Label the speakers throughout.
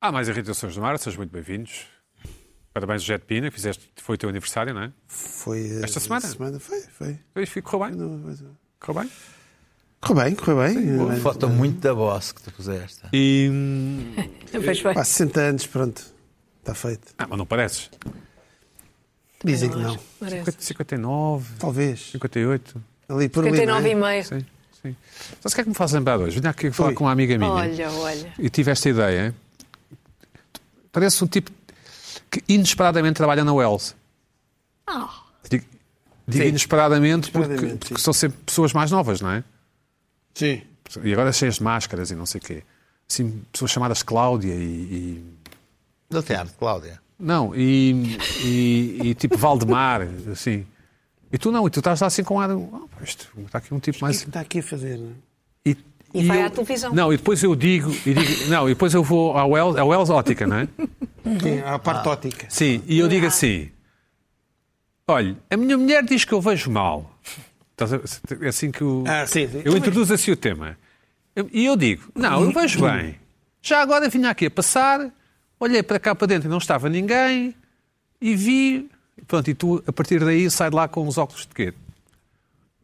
Speaker 1: Há mais irritações do mar, sejam muito bem-vindos. Parabéns, Jet Pina, que fizeste, foi o teu aniversário, não é?
Speaker 2: Foi. eh,
Speaker 1: Esta semana?
Speaker 2: Foi, foi.
Speaker 1: Pois, fico- correu bem?
Speaker 2: Não, mas- eh,
Speaker 1: Correu bem?
Speaker 2: Correu bem, correu bem. eh, mas-
Speaker 3: Foto muito da boss que tu puseste.
Speaker 1: E... hum,
Speaker 4: Pois foi.
Speaker 2: Pá, 60 anos, pronto. Está feito.
Speaker 1: Ah, mas não pareces.
Speaker 2: Dizem que não.
Speaker 4: Parece.
Speaker 1: 59,
Speaker 2: Talvez.
Speaker 1: 58,
Speaker 2: Ali por ali. não é?
Speaker 4: 59 e meio.
Speaker 1: sim, sim. Sabe o que é que me faz lembrar hoje? Vim aqui falar
Speaker 2: Ui.
Speaker 1: com uma amiga minha.
Speaker 4: Olha, olha.
Speaker 1: E tive esta ideia. hein? Parece um tipo que inesperadamente trabalha na Wells.
Speaker 4: Ah,
Speaker 1: Digo, digo inesperadamente porque,
Speaker 2: Inesperadamente,
Speaker 1: porque
Speaker 2: sim.
Speaker 1: são sempre pessoas mais novas, não é?
Speaker 2: Sim.
Speaker 1: E agora cheias de máscaras e não sei o quê. Assim, pessoas chamadas Cláudia e. e-
Speaker 3: Não tem arte, Cláudia.
Speaker 1: não, e, e- e tipo Valdemar, assim. E tu não, e tu estás lá assim com ar. "Ah, pá, isto, está aqui um tipo
Speaker 2: Mas o
Speaker 1: mais.
Speaker 2: que é que está aqui a fazer? não é?
Speaker 1: E,
Speaker 4: E vai
Speaker 1: eu-
Speaker 4: à televisão.
Speaker 1: Não, e depois eu digo, e digo- Não, e depois eu vou à Wells, à Wells Ótica, não é?
Speaker 2: Sim, há a
Speaker 1: Ah.
Speaker 2: parte ótica.
Speaker 1: Sim, e eu digo assim: olha, a minha mulher diz que eu vejo mal. Estás a- É assim que o.
Speaker 2: Ah, sim, sim.
Speaker 1: Eu introduzo assim o tema. Eu- E eu digo: não, eu vejo bem. Já agora vinha aqui a passar, olhei para cá para dentro e não estava ninguém, e vi. Pronto, e tu, a partir daí, sai de lá com os óculos de quê?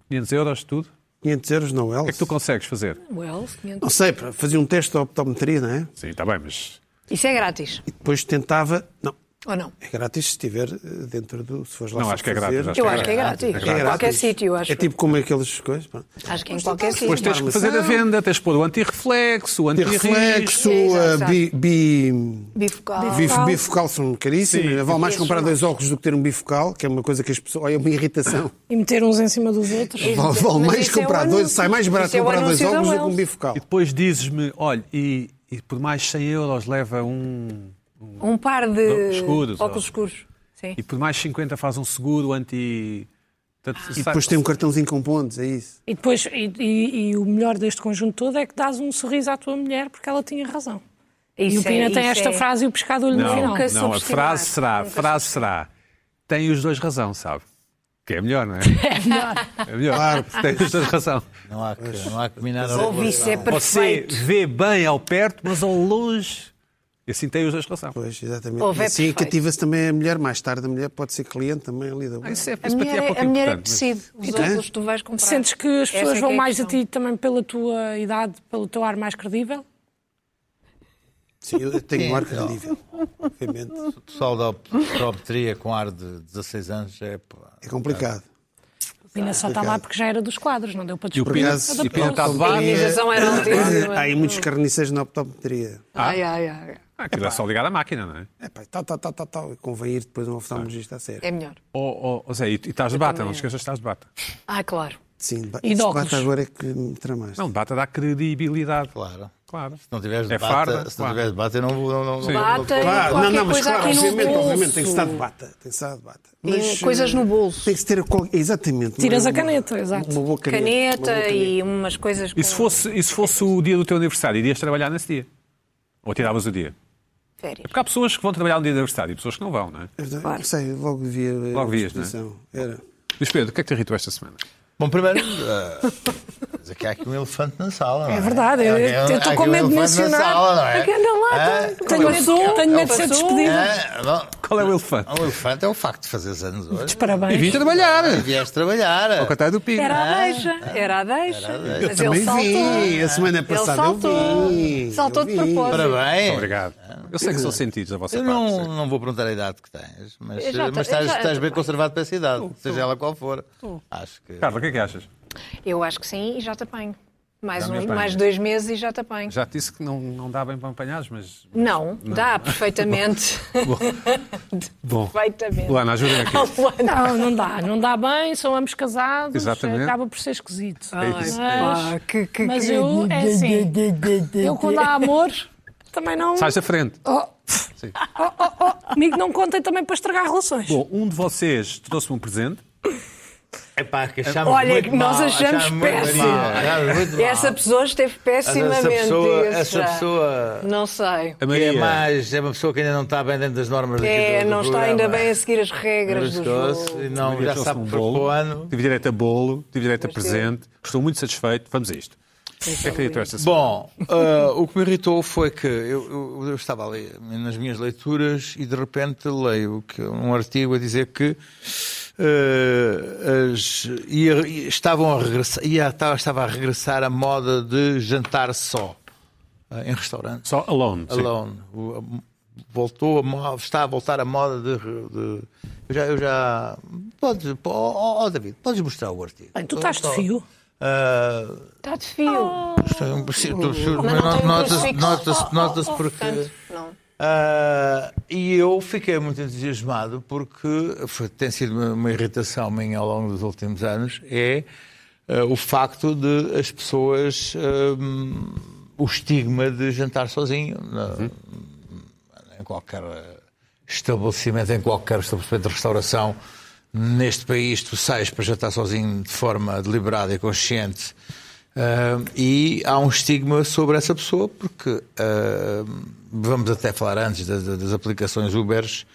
Speaker 1: 500 euros, tudo? O
Speaker 2: 500 euros não
Speaker 1: que é que tu consegues fazer?
Speaker 4: well,
Speaker 2: Não sei, para fazer um teste de optometria, não é?
Speaker 1: Sim, está bem, mas.
Speaker 4: Isso é grátis,
Speaker 2: E depois tentava. Não,
Speaker 4: ou não?
Speaker 2: é grátis se estiver eh, dentro do. Se fores lá
Speaker 1: Não,
Speaker 2: só
Speaker 1: acho que é
Speaker 2: fazer.
Speaker 1: grátis, acho
Speaker 4: Eu acho que é grátis.
Speaker 1: É
Speaker 4: Em
Speaker 1: grátis.
Speaker 4: qualquer sítio, acho.
Speaker 2: É tipo como aqueles coisas. pronto.
Speaker 4: Acho que em qualquer sítio.
Speaker 1: Depois tens que fazer a venda, tens que pôr o antirreflexo, o
Speaker 2: Tem
Speaker 1: antirrisco.
Speaker 2: reflexo,
Speaker 4: É, exato,
Speaker 2: eh, bi, bi,
Speaker 4: Bifocal.
Speaker 2: bif- bifocal são caríssimos. Vale mais comprar dois óculos do que ter um bifocal, que é uma coisa que as pessoas. Olha, é uma irritação.
Speaker 5: E meter uns em cima dos outros.
Speaker 2: Vale,
Speaker 4: Mas
Speaker 2: vale mais
Speaker 4: isso é o
Speaker 2: comprar
Speaker 4: anúncio.
Speaker 2: dois, sai mais barato
Speaker 4: Isso é o
Speaker 2: comprar dois
Speaker 4: anúncio da
Speaker 2: óculos do que um
Speaker 4: Wells.
Speaker 2: bifocal.
Speaker 1: E depois dizes-me, olha, e, e por mais 100 euros leva um...
Speaker 4: Um par de
Speaker 1: Escuros,
Speaker 4: óculos
Speaker 1: ó.
Speaker 4: escuros. Sim.
Speaker 1: E por mais 50 faz um seguro anti... Portanto,
Speaker 4: Ah.
Speaker 2: E
Speaker 1: sabe-
Speaker 2: depois tem um cartãozinho com pontos, é isso.
Speaker 5: E depois, e, e- e o melhor deste conjunto todo é que dás um sorriso à tua mulher porque ela tinha razão. e o
Speaker 4: Isso é-
Speaker 5: Pina tem
Speaker 4: isso
Speaker 5: esta
Speaker 4: é-
Speaker 5: frase e o pescado-lhe no
Speaker 1: Não,
Speaker 5: final.
Speaker 4: Nunca
Speaker 1: não, a
Speaker 4: subestimar.
Speaker 1: frase será, a
Speaker 4: Nunca
Speaker 1: frase será, tem os dois razão, sabe? Que é melhor, não é? É melhor.
Speaker 2: Claro.
Speaker 1: Tem os dois razão.
Speaker 3: Não há que, não há que combinar
Speaker 4: Ouve isso, é
Speaker 1: Você
Speaker 4: perfeito.
Speaker 1: vê bem ao perto, mas ao longe... E assim tem os dois razão.
Speaker 2: Pois, exatamente.
Speaker 4: Houve,
Speaker 2: e
Speaker 4: é
Speaker 2: assim
Speaker 4: perfeito.
Speaker 2: cativa-se também a mulher. Mais tarde a mulher pode ser cliente também ali da
Speaker 1: Ah,
Speaker 2: Wells.
Speaker 1: Isso é, isso
Speaker 4: A
Speaker 1: para ti é
Speaker 4: mulher,
Speaker 1: pouco
Speaker 4: é, a mulher é que
Speaker 1: importante, mas-
Speaker 4: decide os óculos que tu vais comprar.
Speaker 5: Sentes que as
Speaker 4: Essa é
Speaker 5: pessoas
Speaker 4: que
Speaker 5: vão
Speaker 4: é
Speaker 5: mais a
Speaker 4: questão.
Speaker 5: ti também pela tua idade, pelo teu ar mais credível?
Speaker 2: Sim, eu tenho um ar
Speaker 3: Sim, então.
Speaker 2: credível. Obviamente.
Speaker 3: O pessoal da optometria com ar de 16 anos é. pá,
Speaker 2: É complicado.
Speaker 5: O Pina só está lá porque já era dos quadros, não deu para
Speaker 1: E o
Speaker 5: descobrir.
Speaker 1: Pina,
Speaker 2: acaso,
Speaker 1: e o Pina está de
Speaker 4: A é
Speaker 1: bar.
Speaker 4: indenização era altíssima.
Speaker 2: Há aí muitos carniceiros na optometria.
Speaker 4: Ai, ai, ai.
Speaker 1: Ah, Aquilo é só ligar à máquina, não é?
Speaker 2: É pá, tal, tal, tal, tal, tal. Convém ir depois a um oftalmologista a sério.
Speaker 4: É melhor.
Speaker 1: Oh, oh, Zé, e, e estás de bata, não te esqueças que estás de bata.
Speaker 4: Ah, claro.
Speaker 2: Sim, ba-
Speaker 5: E
Speaker 2: isso
Speaker 5: de óculos?
Speaker 2: bate agora é que me tramaste.
Speaker 1: Não, bata dá credibilidade.
Speaker 3: Claro.
Speaker 1: Claro.
Speaker 3: Se não tiveres
Speaker 1: É
Speaker 3: debate,
Speaker 1: farda,
Speaker 3: se não
Speaker 1: claro.
Speaker 3: tiveres debate, eu não vou. Não, não,
Speaker 1: Sim.
Speaker 3: não-
Speaker 4: Bata e
Speaker 2: Claro,
Speaker 4: qualquer
Speaker 2: não, não, mas
Speaker 4: coisa
Speaker 2: claro,
Speaker 4: aqui no
Speaker 2: obviamente,
Speaker 4: bolso.
Speaker 2: obviamente, tem que estar de bata. Tem que estar de bata.
Speaker 4: E coisas no bolso.
Speaker 2: Tem que se ter qual- exatamente. não é?
Speaker 5: Tiras a
Speaker 2: Uma-
Speaker 5: caneta, exato.
Speaker 2: Uma boa caneta. uma boa
Speaker 4: Caneta
Speaker 2: caneta.
Speaker 4: e umas coisas com
Speaker 1: E se fosse, e se fosse o dia do teu aniversário, irias trabalhar nesse dia? Ou tiravas o dia?
Speaker 4: férias.
Speaker 1: Porque há pessoas que vão trabalhar no dia do aniversário e pessoas que não vão, não é?
Speaker 2: Eu
Speaker 4: Claro.
Speaker 2: Sei, logo via. a
Speaker 1: Logo vias, não é?
Speaker 2: exposição. Era.
Speaker 1: Luís Pedro, o que é que te irritou esta semana?
Speaker 3: Bom, primeiro. eh, mas é que há aqui um elefante na sala. não
Speaker 5: É verdade, eu- eu
Speaker 3: há
Speaker 5: estou
Speaker 3: aqui
Speaker 5: com
Speaker 3: um
Speaker 5: medo de
Speaker 3: elefante na
Speaker 5: mencionar.
Speaker 3: sala, não é?
Speaker 5: Porque anda lá,
Speaker 3: É,
Speaker 5: tenho- tenho medo- tenho medo de ser despedida.
Speaker 3: é, não,
Speaker 1: Qual é o elefante?
Speaker 3: O elefante é o facto de fazeres anos hoje.
Speaker 1: É. E vim
Speaker 5: Parabéns.
Speaker 1: trabalhar!
Speaker 3: E vieste trabalhar.
Speaker 1: Ao contrário do Pingo.
Speaker 4: Era a deixa, era a deixa. Mas
Speaker 2: Também
Speaker 4: ele saltou.
Speaker 2: vi. A semana passada eu
Speaker 4: saltou.
Speaker 2: vi.
Speaker 4: Saltou
Speaker 2: eu
Speaker 4: de
Speaker 2: vi.
Speaker 4: propósito.
Speaker 3: Parabéns.
Speaker 1: Obrigado. Eu sei que são sentidos da vossa
Speaker 3: Eu
Speaker 1: parte.
Speaker 3: não,
Speaker 1: sim.
Speaker 3: não vou perguntar a idade que tens, mas,
Speaker 4: Eu já
Speaker 3: mas
Speaker 4: tô-
Speaker 3: estás,
Speaker 4: eu já-
Speaker 3: estás
Speaker 4: eu
Speaker 3: bem
Speaker 4: tô-
Speaker 3: conservado para essa idade, seja ela qual for. Acho que.
Speaker 1: Carla, o que é que achas?
Speaker 4: Eu acho que sim e já te apanho. Mais,
Speaker 1: Já me
Speaker 4: uns,
Speaker 1: apanho.
Speaker 4: mais dois meses e já te apanho.
Speaker 1: Já te disse que não, não dá bem para apanhares, mas.
Speaker 4: Não, dá perfeitamente.
Speaker 1: Bom,
Speaker 4: perfeitamente.
Speaker 1: Luana, ajuda-me aqui.
Speaker 5: Não, não dá. Não dá bem, são ambos casados.
Speaker 1: Exatamente.
Speaker 5: Acaba por ser esquisito.
Speaker 1: É isso.
Speaker 5: Mas,
Speaker 4: Ah, que, que,
Speaker 5: mas eu, é assim, eu quando há amor, também não...
Speaker 1: Sais da frente.
Speaker 5: Oh. Oh, oh, oh. Comigo não contem também para estragar relações.
Speaker 1: Bom, um de vocês trouxe-me um presente.
Speaker 3: Epá, que achamos
Speaker 4: Olha,
Speaker 3: muito
Speaker 4: que nós
Speaker 3: mal,
Speaker 4: achamos
Speaker 3: muito
Speaker 4: péssimo.
Speaker 3: mal, É, achamos muito mal.
Speaker 4: Essa pessoa esteve pessimamente.
Speaker 3: Essa pessoa-
Speaker 4: isso
Speaker 3: essa
Speaker 4: já.
Speaker 3: pessoa-
Speaker 4: Não sei.
Speaker 1: A
Speaker 3: Que é
Speaker 1: Maria.
Speaker 3: mais, é uma pessoa que ainda não está bem dentro das normas daqui
Speaker 4: É,
Speaker 3: do- do
Speaker 4: não está
Speaker 3: programa.
Speaker 4: ainda bem a seguir as regras do
Speaker 3: Pescoço,
Speaker 4: jogo.
Speaker 3: e não,
Speaker 1: Maria
Speaker 3: já
Speaker 1: trouxe-me
Speaker 3: sabe
Speaker 1: um
Speaker 3: para o
Speaker 1: bolo.
Speaker 3: ano.
Speaker 1: Tive direito a bolo, tive direito a presente. Estou muito satisfeito. Vamos a isto. O que é que irritou esta semana?
Speaker 3: Bom, ah, o que me irritou foi que eu, eu- eu estava ali nas minhas leituras e de repente leio que um artigo a dizer que ah, as- ia- ia- estavam a regressar, ia- estava- estava a regressar a moda de jantar só ah, em restaurantes.
Speaker 1: Só alone. sim.
Speaker 3: Alone. O- a- Voltou a mo- está a voltar à moda de. de- eu já. Eu já podes, oh, oh, oh, David, podes mostrar o artigo. Então,
Speaker 5: Bem, tu estás de fio. Ah.
Speaker 3: Ah,
Speaker 4: Está Tá de fio.
Speaker 3: estou- se- tu- se-
Speaker 4: Mas não tem um
Speaker 3: Nota-se
Speaker 4: crucifixo. oh,
Speaker 3: nota-se- nota-se porque.
Speaker 4: Portanto, não.
Speaker 3: Ah, e eu fiquei muito entusiasmado porque foi- tem sido uma, uma irritação minha ao longo dos últimos anos é ah, o facto de as pessoas ah, ahm, o estigma de jantar sozinho na- em qualquer estabelecimento, em qualquer estabelecimento de restauração neste país, tu sais para jantar sozinho de forma deliberada e consciente. Ah, e há um estigma sobre essa pessoa, porque ah, vamos até falar antes das, das aplicações Ubers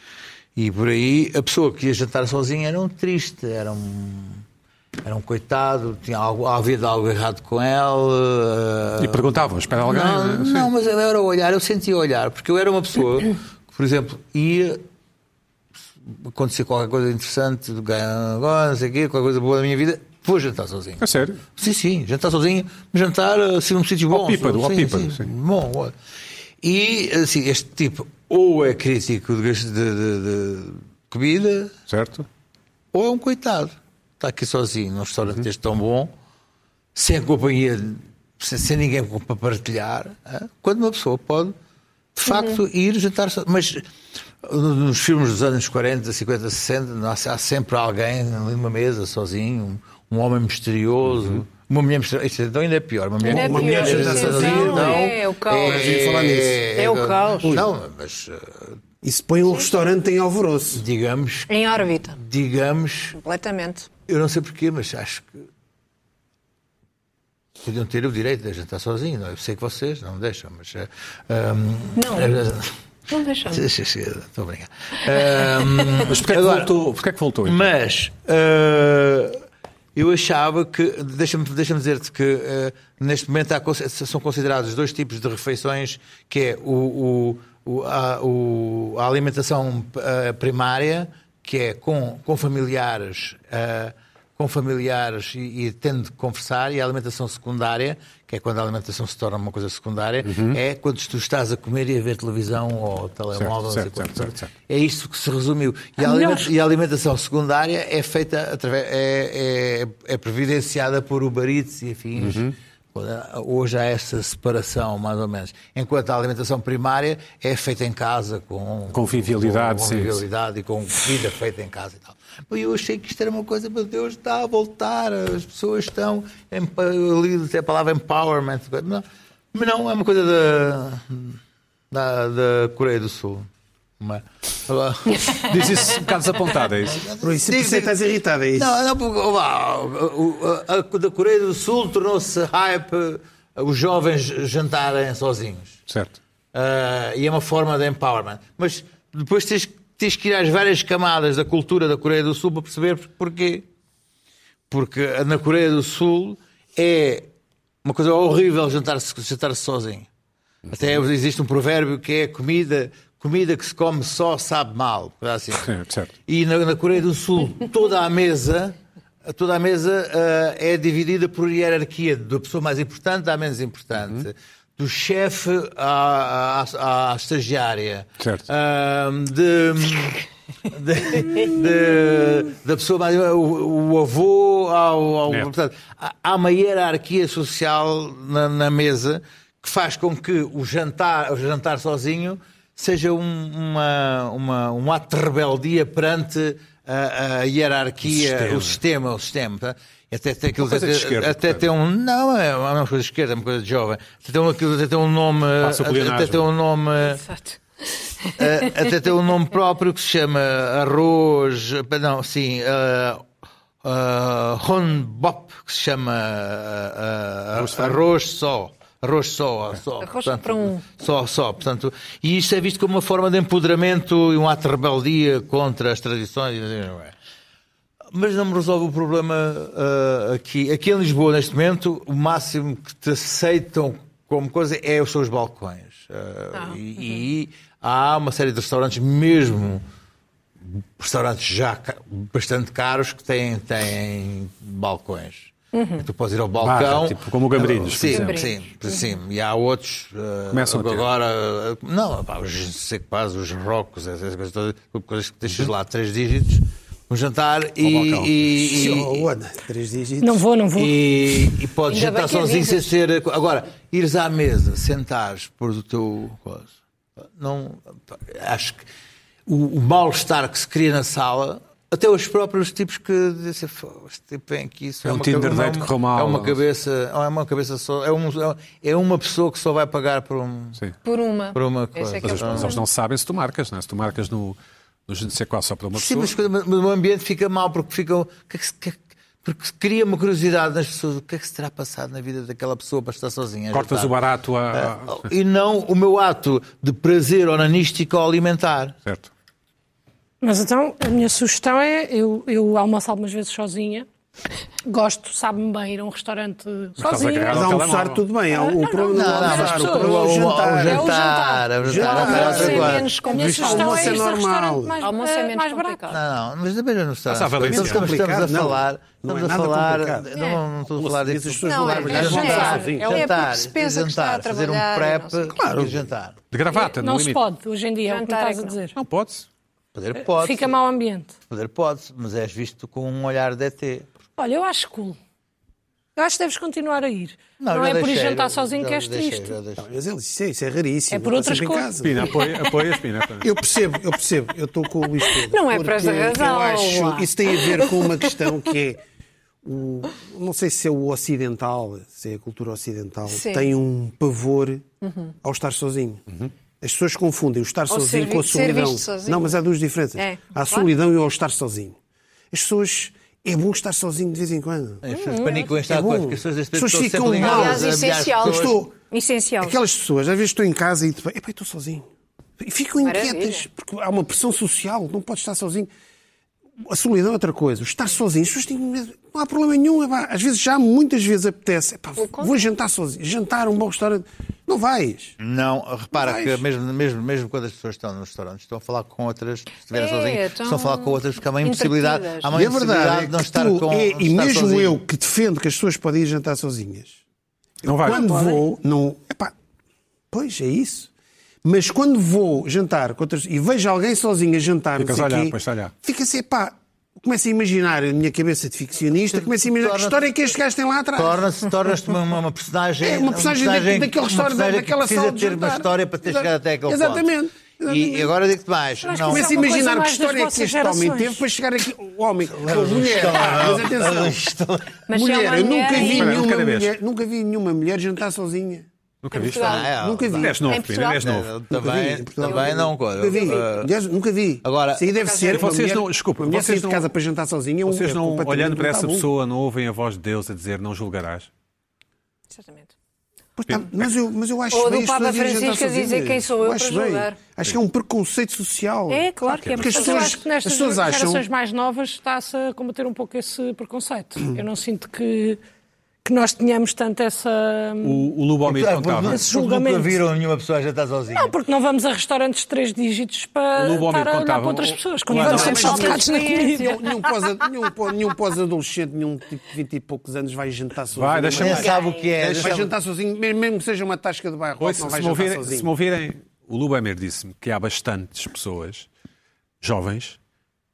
Speaker 3: e por aí, a pessoa que ia jantar sozinha era um triste, era um, era um coitado, tinha algo, havia de algo errado com ela. ah,
Speaker 1: E perguntavam, espera alguém.
Speaker 3: Não,
Speaker 1: Sim.
Speaker 3: não, mas eu era o olhar, eu sentia o olhar, porque eu era uma pessoa que, por exemplo, ia acontecer qualquer coisa interessante, ganhar agora, não sei o quê, qualquer coisa boa da minha vida, vou jantar sozinho.
Speaker 1: É sério.
Speaker 3: Sim, sim, jantar sozinho, mas jantar assim num sítio bom.
Speaker 1: píparo, ao
Speaker 3: sim,
Speaker 1: píparo, sim.
Speaker 3: sim, Bom, ó. e assim, este tipo ou é crítico de, gasto- de- de- de comida,
Speaker 1: Certo?
Speaker 3: ou é um coitado. Está aqui sozinho num restaurante deste tão bom, sem a companhia, sem, sem ninguém com- para partilhar, hã? quando uma pessoa pode, de facto,
Speaker 4: Uhum.
Speaker 3: ir jantar. so- Mas uh, no- nos filmes dos anos 40, 50, 60, não há, há sempre alguém ali numa mesa sozinho, um, um homem misterioso.
Speaker 2: Uhum.
Speaker 3: Uma mulher misteriosa. Isto então ainda é pior. Uma mulher,
Speaker 4: Ainda é
Speaker 3: uma
Speaker 4: pior,
Speaker 3: mulher que jantar
Speaker 2: sim,
Speaker 3: sozinha,
Speaker 2: não,
Speaker 3: não.
Speaker 4: é o caos.
Speaker 2: Mas ia falar nisso.
Speaker 4: É o caos.
Speaker 3: Não, mas eh,
Speaker 2: Isso põe um restaurante em alvoroço.
Speaker 3: digamos,
Speaker 4: Em órbita.
Speaker 3: digamos
Speaker 4: Completamente.
Speaker 3: Eu não sei porquê, mas acho que podiam ter o direito de jantar sozinho. Não? é? Eu sei que vocês não deixam, mas. eh, ahm,
Speaker 4: Não. Não deixamos.
Speaker 3: Estou a brincar. Eh, Ahm,
Speaker 1: Mas porquê é que
Speaker 3: agora-
Speaker 1: voltou? Porquê é que voltou?
Speaker 3: mas eh, eu achava que, deixa-me deixa dizer-te que eh, neste momento há conce- são considerados dois tipos de refeições, que é o, o- o- a, o- a alimentação eh, primária, que é com, com familiares, eh, com familiares e, e tendo de conversar, e a alimentação secundária, que é quando a alimentação se torna uma coisa secundária, é quando tu estás a comer e a ver televisão ou telemóvel. não
Speaker 1: Uhum.
Speaker 3: sei
Speaker 1: certo,
Speaker 3: quanto.
Speaker 1: certo, certo, certo.
Speaker 3: É isto que se resumiu. E
Speaker 5: A
Speaker 3: a,
Speaker 5: melhor.
Speaker 3: aliment- e a alimentação secundária é feita através. é, é, é previdenciada por Uber Eats e afins. Hoje há essa separação, mais ou menos. Enquanto a alimentação primária é feita em casa, com.
Speaker 1: Convivialidade,
Speaker 3: com
Speaker 1: sim.
Speaker 3: convivialidade e com comida feita em casa e tal. Mas eu achei que isto era uma coisa, meu Deus, está a voltar, as pessoas estão. Em, eu li até a palavra empowerment. Não, mas não, é uma coisa da. da, da Coreia do Sul. é? Uma-
Speaker 1: Diz isso um bocado desapontado, é isso?
Speaker 2: Por isso, por
Speaker 3: Diz-
Speaker 2: isso é que estás irritado, é isso.
Speaker 3: Não, não, porque vá, o- o- a, a da Coreia do Sul tornou-se hype os jovens jantarem sozinhos.
Speaker 1: Certo.
Speaker 3: Ah, e é uma forma de empowerment. Mas depois tens, tens que ir às várias camadas da cultura da Coreia do Sul para perceber porquê. Porque na Coreia do Sul é uma coisa horrível jantar-se jantar sozinho. Até existe um provérbio que é comida, comida que se come só sabe mal. coisa Assim.
Speaker 1: Sim, certo.
Speaker 3: E na, na Coreia do Sul, toda a mesa, toda a mesa ah, é dividida por hierarquia, da pessoa mais importante à menos importante, do chefe à, à, à estagiária,
Speaker 1: Certo.
Speaker 3: Ah, de, de- de- da pessoa mais. O, o avô ao. ao-
Speaker 1: É.
Speaker 3: portanto, há- há uma hierarquia social na, na mesa que faz com que o jantar, o jantar sozinho seja um, uma, uma- um ato de rebeldia perante a, a hierarquia, o sistema, o sistema. tá? E até, até, aquilo,
Speaker 1: Uma coisa de
Speaker 3: até-
Speaker 1: esquerda,
Speaker 3: até tem um. Não, é uma coisa de esquerda, é uma coisa de jovem. Até tem um, aquilo, até tem um nome.
Speaker 1: Passa o
Speaker 3: até- Até tem um nome.
Speaker 4: Exato.
Speaker 3: Eh, até tem um nome próprio que se chama arroz, eh, não, sim, eh, eh, honbop, que se chama eh, eh, arroz só. Arroz só, só.
Speaker 4: Arroz para um.
Speaker 3: Só, só. Portanto, e isto é visto como uma forma de empoderamento e um ato de rebeldia contra as tradições. não é? mas não me resolve o problema ah, aqui. Aqui em Lisboa, neste momento, o máximo que te aceitam como coisa é os seus balcões. Ah, e, e há uma série de restaurantes, mesmo restaurantes já ca- bastante caros, que têm, têm balcões. Tu podes ir ao balcão. Ah,
Speaker 1: tipo, como o Gambrinhos, por
Speaker 3: Sim,
Speaker 1: exemplo.
Speaker 3: sim, sim. E há outros. ah,
Speaker 1: Começam a ter.
Speaker 3: agora. ah, Não, pá, os, sei que faz, os rocos, essas coisas todas, coisas que deixas lá três dígitos, um jantar e,
Speaker 1: balcão.
Speaker 3: e, e-
Speaker 2: Oh, Ana, três dígitos.
Speaker 5: Não vou, não vou.
Speaker 3: e, e podes
Speaker 4: Ainda
Speaker 3: jantar
Speaker 4: bem que é
Speaker 3: sozinho sem
Speaker 4: avisas.
Speaker 3: ser. Agora, ires à mesa, sentares, pôr o teu. Não, acho que o, o mal-estar que se cria na sala, até os próprios tipos que dizem, "Fô, este tipo vem aqui, isso
Speaker 1: É um
Speaker 3: uma
Speaker 1: Tinder
Speaker 3: cabe-
Speaker 1: date
Speaker 3: é uma-
Speaker 1: que correu mal."
Speaker 3: É uma cabeça, é uma cabeça só, é, um, é uma pessoa que só vai pagar por um.
Speaker 1: Sim.
Speaker 4: Por uma.
Speaker 3: Por uma
Speaker 4: Esse
Speaker 3: coisa.
Speaker 4: é que
Speaker 1: Mas
Speaker 4: é o
Speaker 1: as pessoas
Speaker 4: problema.
Speaker 1: não sabem se tu marcas, não é? Se tu marcas no, no não sei qual só para uma
Speaker 3: Sim,
Speaker 1: pessoa.
Speaker 3: mas, mas o ambiente fica mal porque ficam. que é que se- que é que- porque se cria uma curiosidade nas pessoas. O que é que se terá passado na vida daquela pessoa para estar sozinha? a
Speaker 1: Cortas
Speaker 3: jantar?
Speaker 1: o barato a. a-
Speaker 3: e não o meu ato de prazer onanístico ao alimentar.
Speaker 1: Certo.
Speaker 5: Mas então, a minha sugestão é: eu, eu almoço algumas vezes sozinha. Gosto, sabe-me bem ir a um restaurante
Speaker 3: é
Speaker 5: sozinha.
Speaker 1: agarrado
Speaker 2: Mas
Speaker 1: ao
Speaker 2: almoçar
Speaker 1: telemóvel.
Speaker 2: tudo bem. há
Speaker 5: não,
Speaker 2: O problema não é
Speaker 5: não,
Speaker 2: o
Speaker 5: não,
Speaker 2: almoçar, o
Speaker 5: mas
Speaker 2: problema é o
Speaker 3: Ah, o- o- o
Speaker 2: jantar.
Speaker 3: jantar, o jantar,
Speaker 2: Jantar.
Speaker 3: não,
Speaker 4: Almoço é
Speaker 3: Ah, agora.
Speaker 4: menos
Speaker 5: A minha
Speaker 4: complicado.
Speaker 5: sugestão
Speaker 2: almoço
Speaker 5: é
Speaker 2: é
Speaker 5: ir a
Speaker 2: normal.
Speaker 5: restaurante mais, eh,
Speaker 4: Almoço é menos
Speaker 5: mais barato.
Speaker 4: complicado.
Speaker 3: Não, não, mas também não é está.
Speaker 1: Passa a Valência.
Speaker 3: Estamos, estamos a
Speaker 2: Complicado, não.
Speaker 3: falar.
Speaker 2: Não é
Speaker 3: Estamos a
Speaker 2: nada
Speaker 3: falar.
Speaker 2: complicado. É.
Speaker 3: Não, não estou a falar
Speaker 2: Isso,
Speaker 3: disso.
Speaker 2: as pessoas
Speaker 4: Não,
Speaker 2: vão
Speaker 4: é-
Speaker 2: lá
Speaker 4: é
Speaker 2: brincar, vão
Speaker 4: jantar.
Speaker 2: lá
Speaker 4: É
Speaker 2: sozinhos.
Speaker 4: porque
Speaker 3: jantar,
Speaker 4: se pensa que está a
Speaker 3: jantar, fazer um
Speaker 4: trabalhar e não
Speaker 3: prep
Speaker 4: sei o quê.
Speaker 3: claro. e jantar.
Speaker 1: De gravata, no
Speaker 5: Não se
Speaker 1: limite.
Speaker 5: pode hoje em dia, é o que me
Speaker 4: Jantar é
Speaker 5: estás a
Speaker 4: que não.
Speaker 5: dizer.
Speaker 1: Não pode.
Speaker 3: Poder pode,
Speaker 5: Fica mau ambiente.
Speaker 3: poder pode, mas és visto com um olhar de ET.
Speaker 5: Olha, eu acho cool. Eu acho que deves continuar a ir. Não,
Speaker 3: já
Speaker 5: é por ir
Speaker 3: deixei,
Speaker 5: jantar
Speaker 3: já-
Speaker 5: sozinho
Speaker 3: já
Speaker 5: que és
Speaker 3: deixei,
Speaker 5: triste.
Speaker 3: já deixei.
Speaker 2: Mas eles- isso é, isso é raríssimo.
Speaker 5: É por
Speaker 2: eu tô
Speaker 5: outras
Speaker 2: sempre em
Speaker 5: coisas.
Speaker 2: casa.
Speaker 1: Pina, apoia, apoia Pina. apoia.
Speaker 2: Eu percebo, eu percebo. Eu estou com o Luís Pedro.
Speaker 4: Não é por essa
Speaker 2: Porque
Speaker 4: razão,
Speaker 2: Eu
Speaker 4: Luá.
Speaker 2: acho, isso tem a ver com uma questão que é, o, não sei se é o ocidental, se é a cultura ocidental,
Speaker 4: Sim.
Speaker 2: tem um pavor ao estar sozinho. As pessoas confundem o estar sozinho
Speaker 4: servi-
Speaker 2: com a
Speaker 4: ser
Speaker 2: solidão.
Speaker 4: visto sozinho.
Speaker 2: Não, mas há duas diferenças.
Speaker 4: É,
Speaker 2: há a
Speaker 4: claro.
Speaker 2: solidão e ao estar sozinho. As pessoas... É bom estar sozinho de vez em quando.
Speaker 3: As pessoas panicam em
Speaker 2: É
Speaker 3: estar
Speaker 2: bom.
Speaker 3: com as pessoas deste
Speaker 2: As pessoas
Speaker 3: estão
Speaker 2: ficam
Speaker 3: sempre ligadas
Speaker 2: mal.
Speaker 3: a
Speaker 4: Aliás,
Speaker 3: ameaçar
Speaker 4: essencial.
Speaker 2: Eu
Speaker 3: pessoas.
Speaker 2: estou...
Speaker 5: Oh.
Speaker 4: Essencial.
Speaker 2: Aquelas pessoas, às vezes estou em casa e tipo, epá, eu estou sozinho. E ficam
Speaker 4: Maravilha.
Speaker 2: inquietas, porque há uma pressão social, não podes estar sozinho. A solidão é outra coisa. O estar sozinho, as pessoas têm medo. Não há problema nenhum. epá. Às vezes já muitas vezes apetece. epá, vou jantar sozinho. Jantar a um bom restaurante. Não vais.
Speaker 3: Não, repara
Speaker 2: Vais.
Speaker 3: que mesmo, mesmo, mesmo quando as pessoas estão nos restaurantes, estão a falar com outras, se
Speaker 4: É,
Speaker 3: estiverem sozinhas,
Speaker 4: estão
Speaker 3: estão a falar com outras, porque há uma impossibilidade,
Speaker 4: entretidas.
Speaker 3: há
Speaker 2: então
Speaker 3: uma
Speaker 2: e a
Speaker 3: impossibilidade
Speaker 2: verdade é
Speaker 3: de não
Speaker 2: que
Speaker 3: estar
Speaker 2: tu,
Speaker 3: com.
Speaker 2: é-
Speaker 3: não
Speaker 2: e
Speaker 3: estar
Speaker 2: mesmo
Speaker 3: sozinho.
Speaker 2: eu que defendo que as pessoas podem ir jantar sozinhas,
Speaker 1: Não vai.
Speaker 2: Quando vou, não. Epá, pois é isso. Mas quando vou jantar com outras, e vejo alguém sozinho a jantar, não
Speaker 1: Ficas
Speaker 2: sei
Speaker 1: a olhar,
Speaker 2: quê,
Speaker 1: pois, a olhar.
Speaker 2: fica assim, epá, começo a imaginar a minha cabeça de ficcionista, começo a imaginar que
Speaker 3: Torna-te-
Speaker 2: história é que este gajo tem lá atrás.
Speaker 3: Torna-se- Tornas-te uma, uma, uma personagem.
Speaker 2: É, uma personagem daquele- daquele
Speaker 3: uma
Speaker 2: restaurante,
Speaker 3: personagem
Speaker 2: daquela
Speaker 3: que precisa
Speaker 2: sala de
Speaker 3: ter uma
Speaker 2: jantar.
Speaker 3: história para ter
Speaker 2: Exato.
Speaker 3: chegado até aquele
Speaker 2: Exatamente.
Speaker 3: ponto.
Speaker 2: Exatamente.
Speaker 3: E agora digo-te mais.
Speaker 5: Mas
Speaker 3: Não,
Speaker 5: que
Speaker 2: Começo a
Speaker 5: Isso é uma
Speaker 2: imaginar que
Speaker 5: coisa mais
Speaker 2: história é
Speaker 5: das
Speaker 2: que este
Speaker 5: vossas
Speaker 2: homem
Speaker 5: gerações.
Speaker 2: teve para chegar aqui. O homem, ou mulher, pá, mas atenção.
Speaker 4: Mas se é
Speaker 2: mulher,
Speaker 4: uma
Speaker 2: eu nunca
Speaker 4: mulher,
Speaker 2: vi,
Speaker 1: Espera,
Speaker 2: nenhuma
Speaker 1: cada vez.
Speaker 2: mulher, nunca vi nenhuma mulher jantar sozinha.
Speaker 1: Nunca viste.
Speaker 4: Portugal.
Speaker 3: Ah, é,
Speaker 2: nunca vi.
Speaker 1: És
Speaker 4: Em
Speaker 1: novo, Pina, és
Speaker 4: Portugal.
Speaker 1: novo.
Speaker 2: Nunca vi,
Speaker 3: também,
Speaker 2: em Portugal,
Speaker 3: também
Speaker 2: nunca vi.
Speaker 3: não. coisa.
Speaker 2: Nunca vi.
Speaker 3: Ah,
Speaker 2: Aliás, nunca vi.
Speaker 3: Agora-
Speaker 2: Isso aí deve ser. uma
Speaker 1: Vocês
Speaker 2: mulher-
Speaker 1: não- desculpa,
Speaker 2: uma mulher
Speaker 1: vocês
Speaker 2: sair de
Speaker 1: não-
Speaker 2: casa para jantar sozinha. é um-
Speaker 1: Vocês
Speaker 2: é
Speaker 1: não,
Speaker 2: completamente
Speaker 1: olhando para
Speaker 2: um
Speaker 1: essa
Speaker 2: tabu.
Speaker 1: pessoa, não ouvem a voz de Deus a dizer não julgarás?
Speaker 4: Exatamente.
Speaker 2: Pois
Speaker 1: tipo-
Speaker 2: tá, mas, eu, mas eu acho
Speaker 4: Ou
Speaker 2: bem
Speaker 4: do
Speaker 2: as
Speaker 4: Papa
Speaker 2: pessoas irem jantar
Speaker 4: Francisco a dizer
Speaker 2: sozinhas.
Speaker 4: quem sou eu
Speaker 2: acho
Speaker 4: para
Speaker 2: bem.
Speaker 4: julgar.
Speaker 2: Acho que é um preconceito social.
Speaker 5: É, claro que é.
Speaker 2: Porque as
Speaker 5: mas eu
Speaker 2: pessoas-
Speaker 5: acho que nestas
Speaker 2: as pessoas acham-
Speaker 5: gerações mais novas está-se a combater um pouco esse preconceito. Eu não sinto que, que nós tenhamos tanto essa...
Speaker 1: O, o
Speaker 2: Então,
Speaker 1: Lubomir
Speaker 3: porque
Speaker 1: contava.
Speaker 3: nunca-
Speaker 5: Esse
Speaker 3: porque
Speaker 5: julgamento.
Speaker 3: Nunca viram nenhuma pessoa a jantar sozinha.
Speaker 5: Não, porque não vamos a restaurantes de três dígitos para
Speaker 1: O Lubomir
Speaker 5: estar a olhar
Speaker 1: contava- um-
Speaker 5: para outras pessoas.
Speaker 1: Claro,
Speaker 5: Quando
Speaker 1: não,
Speaker 5: sempre
Speaker 2: mas-
Speaker 5: focados na comida.
Speaker 2: Nenhum, nenhum pós- nenhum pó- nenhum pós-adolescente, nenhum tipo de 20 e poucos anos vai jantar sozinho.
Speaker 1: Vai, deixa-me-
Speaker 3: Nem sabe o que é.
Speaker 2: Vai jantar sozinho, mesmo mesmo que seja uma tasca de bairro,
Speaker 1: Oi,
Speaker 2: não
Speaker 1: se,
Speaker 2: vai
Speaker 1: se me
Speaker 2: jantar
Speaker 1: ouvirem,
Speaker 2: sozinho.
Speaker 1: se me ouvirem, o Lubamer disse-me que há bastantes pessoas jovens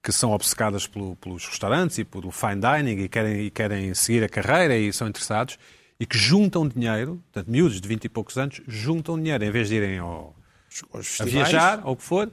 Speaker 1: que são obcecadas pelo- pelos restaurantes e pelo fine dining e querem, e querem seguir a carreira e são interessados e que juntam dinheiro, portanto, miúdos de 20 e poucos anos, juntam dinheiro em vez de irem ao,
Speaker 2: Aos
Speaker 1: a
Speaker 2: festivais.
Speaker 1: viajar ou o que for,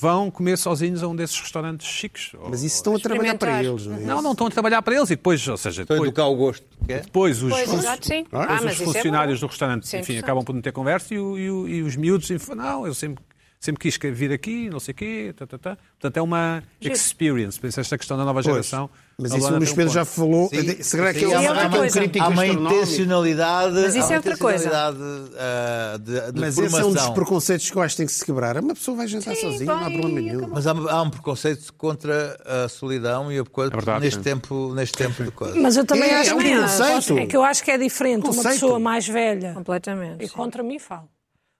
Speaker 1: vão comer sozinhos a um desses restaurantes chiques. Ou-
Speaker 2: Mas isso estão a trabalhar para
Speaker 4: Experimentar.
Speaker 2: eles, não é?
Speaker 1: Não, não estão a trabalhar para eles e depois, ou seja,
Speaker 3: Estou a
Speaker 1: depois,
Speaker 3: educar o gosto. que é?
Speaker 1: depois os,
Speaker 4: Pois,
Speaker 1: fun-
Speaker 4: exato, sim.
Speaker 1: depois
Speaker 4: Ah,
Speaker 1: os
Speaker 4: mas isso é bom.
Speaker 1: funcionários do restaurante
Speaker 4: Isso é
Speaker 1: enfim,
Speaker 4: interessante.
Speaker 1: acabam por não ter conversa e, o- e o- e os miúdos, enfim, não, eu sempre, sempre quis que- vir aqui, não sei o quê. Tá, tá, tá. Portanto, é uma experience. Por isso, esta questão da nova geração.
Speaker 2: Mas
Speaker 1: a
Speaker 2: isso
Speaker 1: Luana
Speaker 2: o Luís
Speaker 1: tem um
Speaker 2: Pedro já
Speaker 1: ponto.
Speaker 2: falou.
Speaker 3: Sim,
Speaker 2: Eh, Será que
Speaker 3: sim,
Speaker 2: ele
Speaker 6: é
Speaker 2: será que
Speaker 6: outra
Speaker 2: é um
Speaker 6: coisa.
Speaker 2: crítico
Speaker 3: Há uma
Speaker 2: gastronómico?
Speaker 3: intencionalidade.
Speaker 6: Mas isso
Speaker 3: há
Speaker 6: é
Speaker 3: uma
Speaker 6: outra coisa.
Speaker 3: intencionalidade, ah, de, de
Speaker 2: Mas esse é
Speaker 3: formação.
Speaker 2: um dos preconceitos que eu acho que tem que se quebrar. Uma pessoa vai jantar sozinha, não há
Speaker 6: vai,
Speaker 2: problema nenhum.
Speaker 3: Mas há, há um preconceito contra a solidão e a coisa
Speaker 1: É verdade,
Speaker 3: neste,
Speaker 1: sim.
Speaker 3: tempo, neste tempo de coisa.
Speaker 5: Mas eu também
Speaker 2: É,
Speaker 5: acho
Speaker 2: é um
Speaker 5: que
Speaker 2: preconceito.
Speaker 5: é que eu acho que é diferente uma
Speaker 2: Conceito.
Speaker 5: pessoa mais velha
Speaker 6: Completamente.
Speaker 5: e contra mim falo.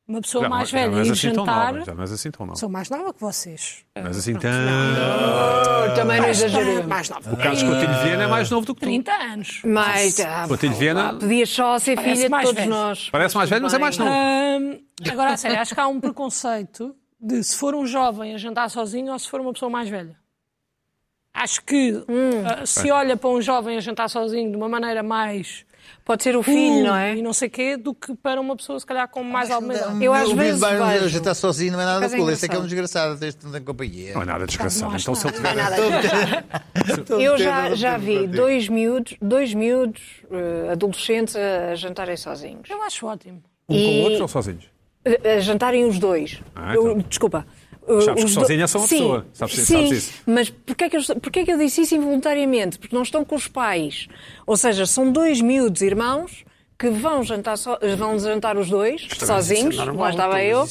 Speaker 5: Uma pessoa
Speaker 1: Já não-
Speaker 5: mais
Speaker 1: já não
Speaker 5: velha
Speaker 1: és
Speaker 5: ir
Speaker 1: assim tão
Speaker 5: jantar.
Speaker 1: nova, Já não és assim tão nova.
Speaker 5: Sou mais nova que vocês.
Speaker 1: Mas assim tão...
Speaker 7: Também não
Speaker 5: Ah,
Speaker 7: exageremos.
Speaker 5: Mais nova.
Speaker 1: O Carlos Coutinho de Viena é mais novo do que tu.
Speaker 5: 30 anos.
Speaker 7: Mas ah,
Speaker 1: Coutinho de Viena é
Speaker 6: Podias só ser
Speaker 5: Parece
Speaker 6: filha de
Speaker 5: mais
Speaker 6: todos
Speaker 5: velho.
Speaker 6: nós.
Speaker 1: parece mais velho, mas é mais novo.
Speaker 5: Hum, agora, a sério, acho que há um preconceito de se for um jovem a jantar sozinho ou se for uma pessoa mais velha. Acho que
Speaker 6: Hum.
Speaker 5: ah, se olha para um jovem a jantar sozinho de uma maneira mais
Speaker 6: Pode ser o filho,
Speaker 5: cool
Speaker 6: não é?
Speaker 5: e não sei quê, do que para uma pessoa, se calhar, com mais alguma idade.
Speaker 6: Eu às
Speaker 3: Hum, o
Speaker 6: vezes
Speaker 3: Bisbal
Speaker 6: vejo.
Speaker 3: já está sozinho, não é nada
Speaker 6: Mas é
Speaker 3: cool. Esse é que é um
Speaker 6: engraçado.
Speaker 3: desgraçado, este não tem companhia.
Speaker 1: Não é nada desgraçado.
Speaker 5: Não,
Speaker 1: Então, se ele tiver.
Speaker 6: Eu já, já vi dois miúdos, dois miúdos eh, adolescentes a jantarem sozinhos.
Speaker 5: Eu acho ótimo.
Speaker 1: Um com o
Speaker 6: E-
Speaker 1: outro ou sozinhos?
Speaker 6: A Eh, jantarem os dois.
Speaker 1: Ah, então.
Speaker 6: Eu- desculpa. Eh,
Speaker 1: Sabes que
Speaker 6: Os do-
Speaker 1: sozinha são uma
Speaker 6: Sim,
Speaker 1: pessoa. Sabes-
Speaker 6: sim,
Speaker 1: sabes isso.
Speaker 6: mas porquê é, que eu, porquê é que eu disse isso involuntariamente? Porque não estão com os pais. Ou seja, são dois miúdos irmãos que vão jantar, so- vão jantar os dois,
Speaker 1: é
Speaker 6: sozinhos, lá estava eu.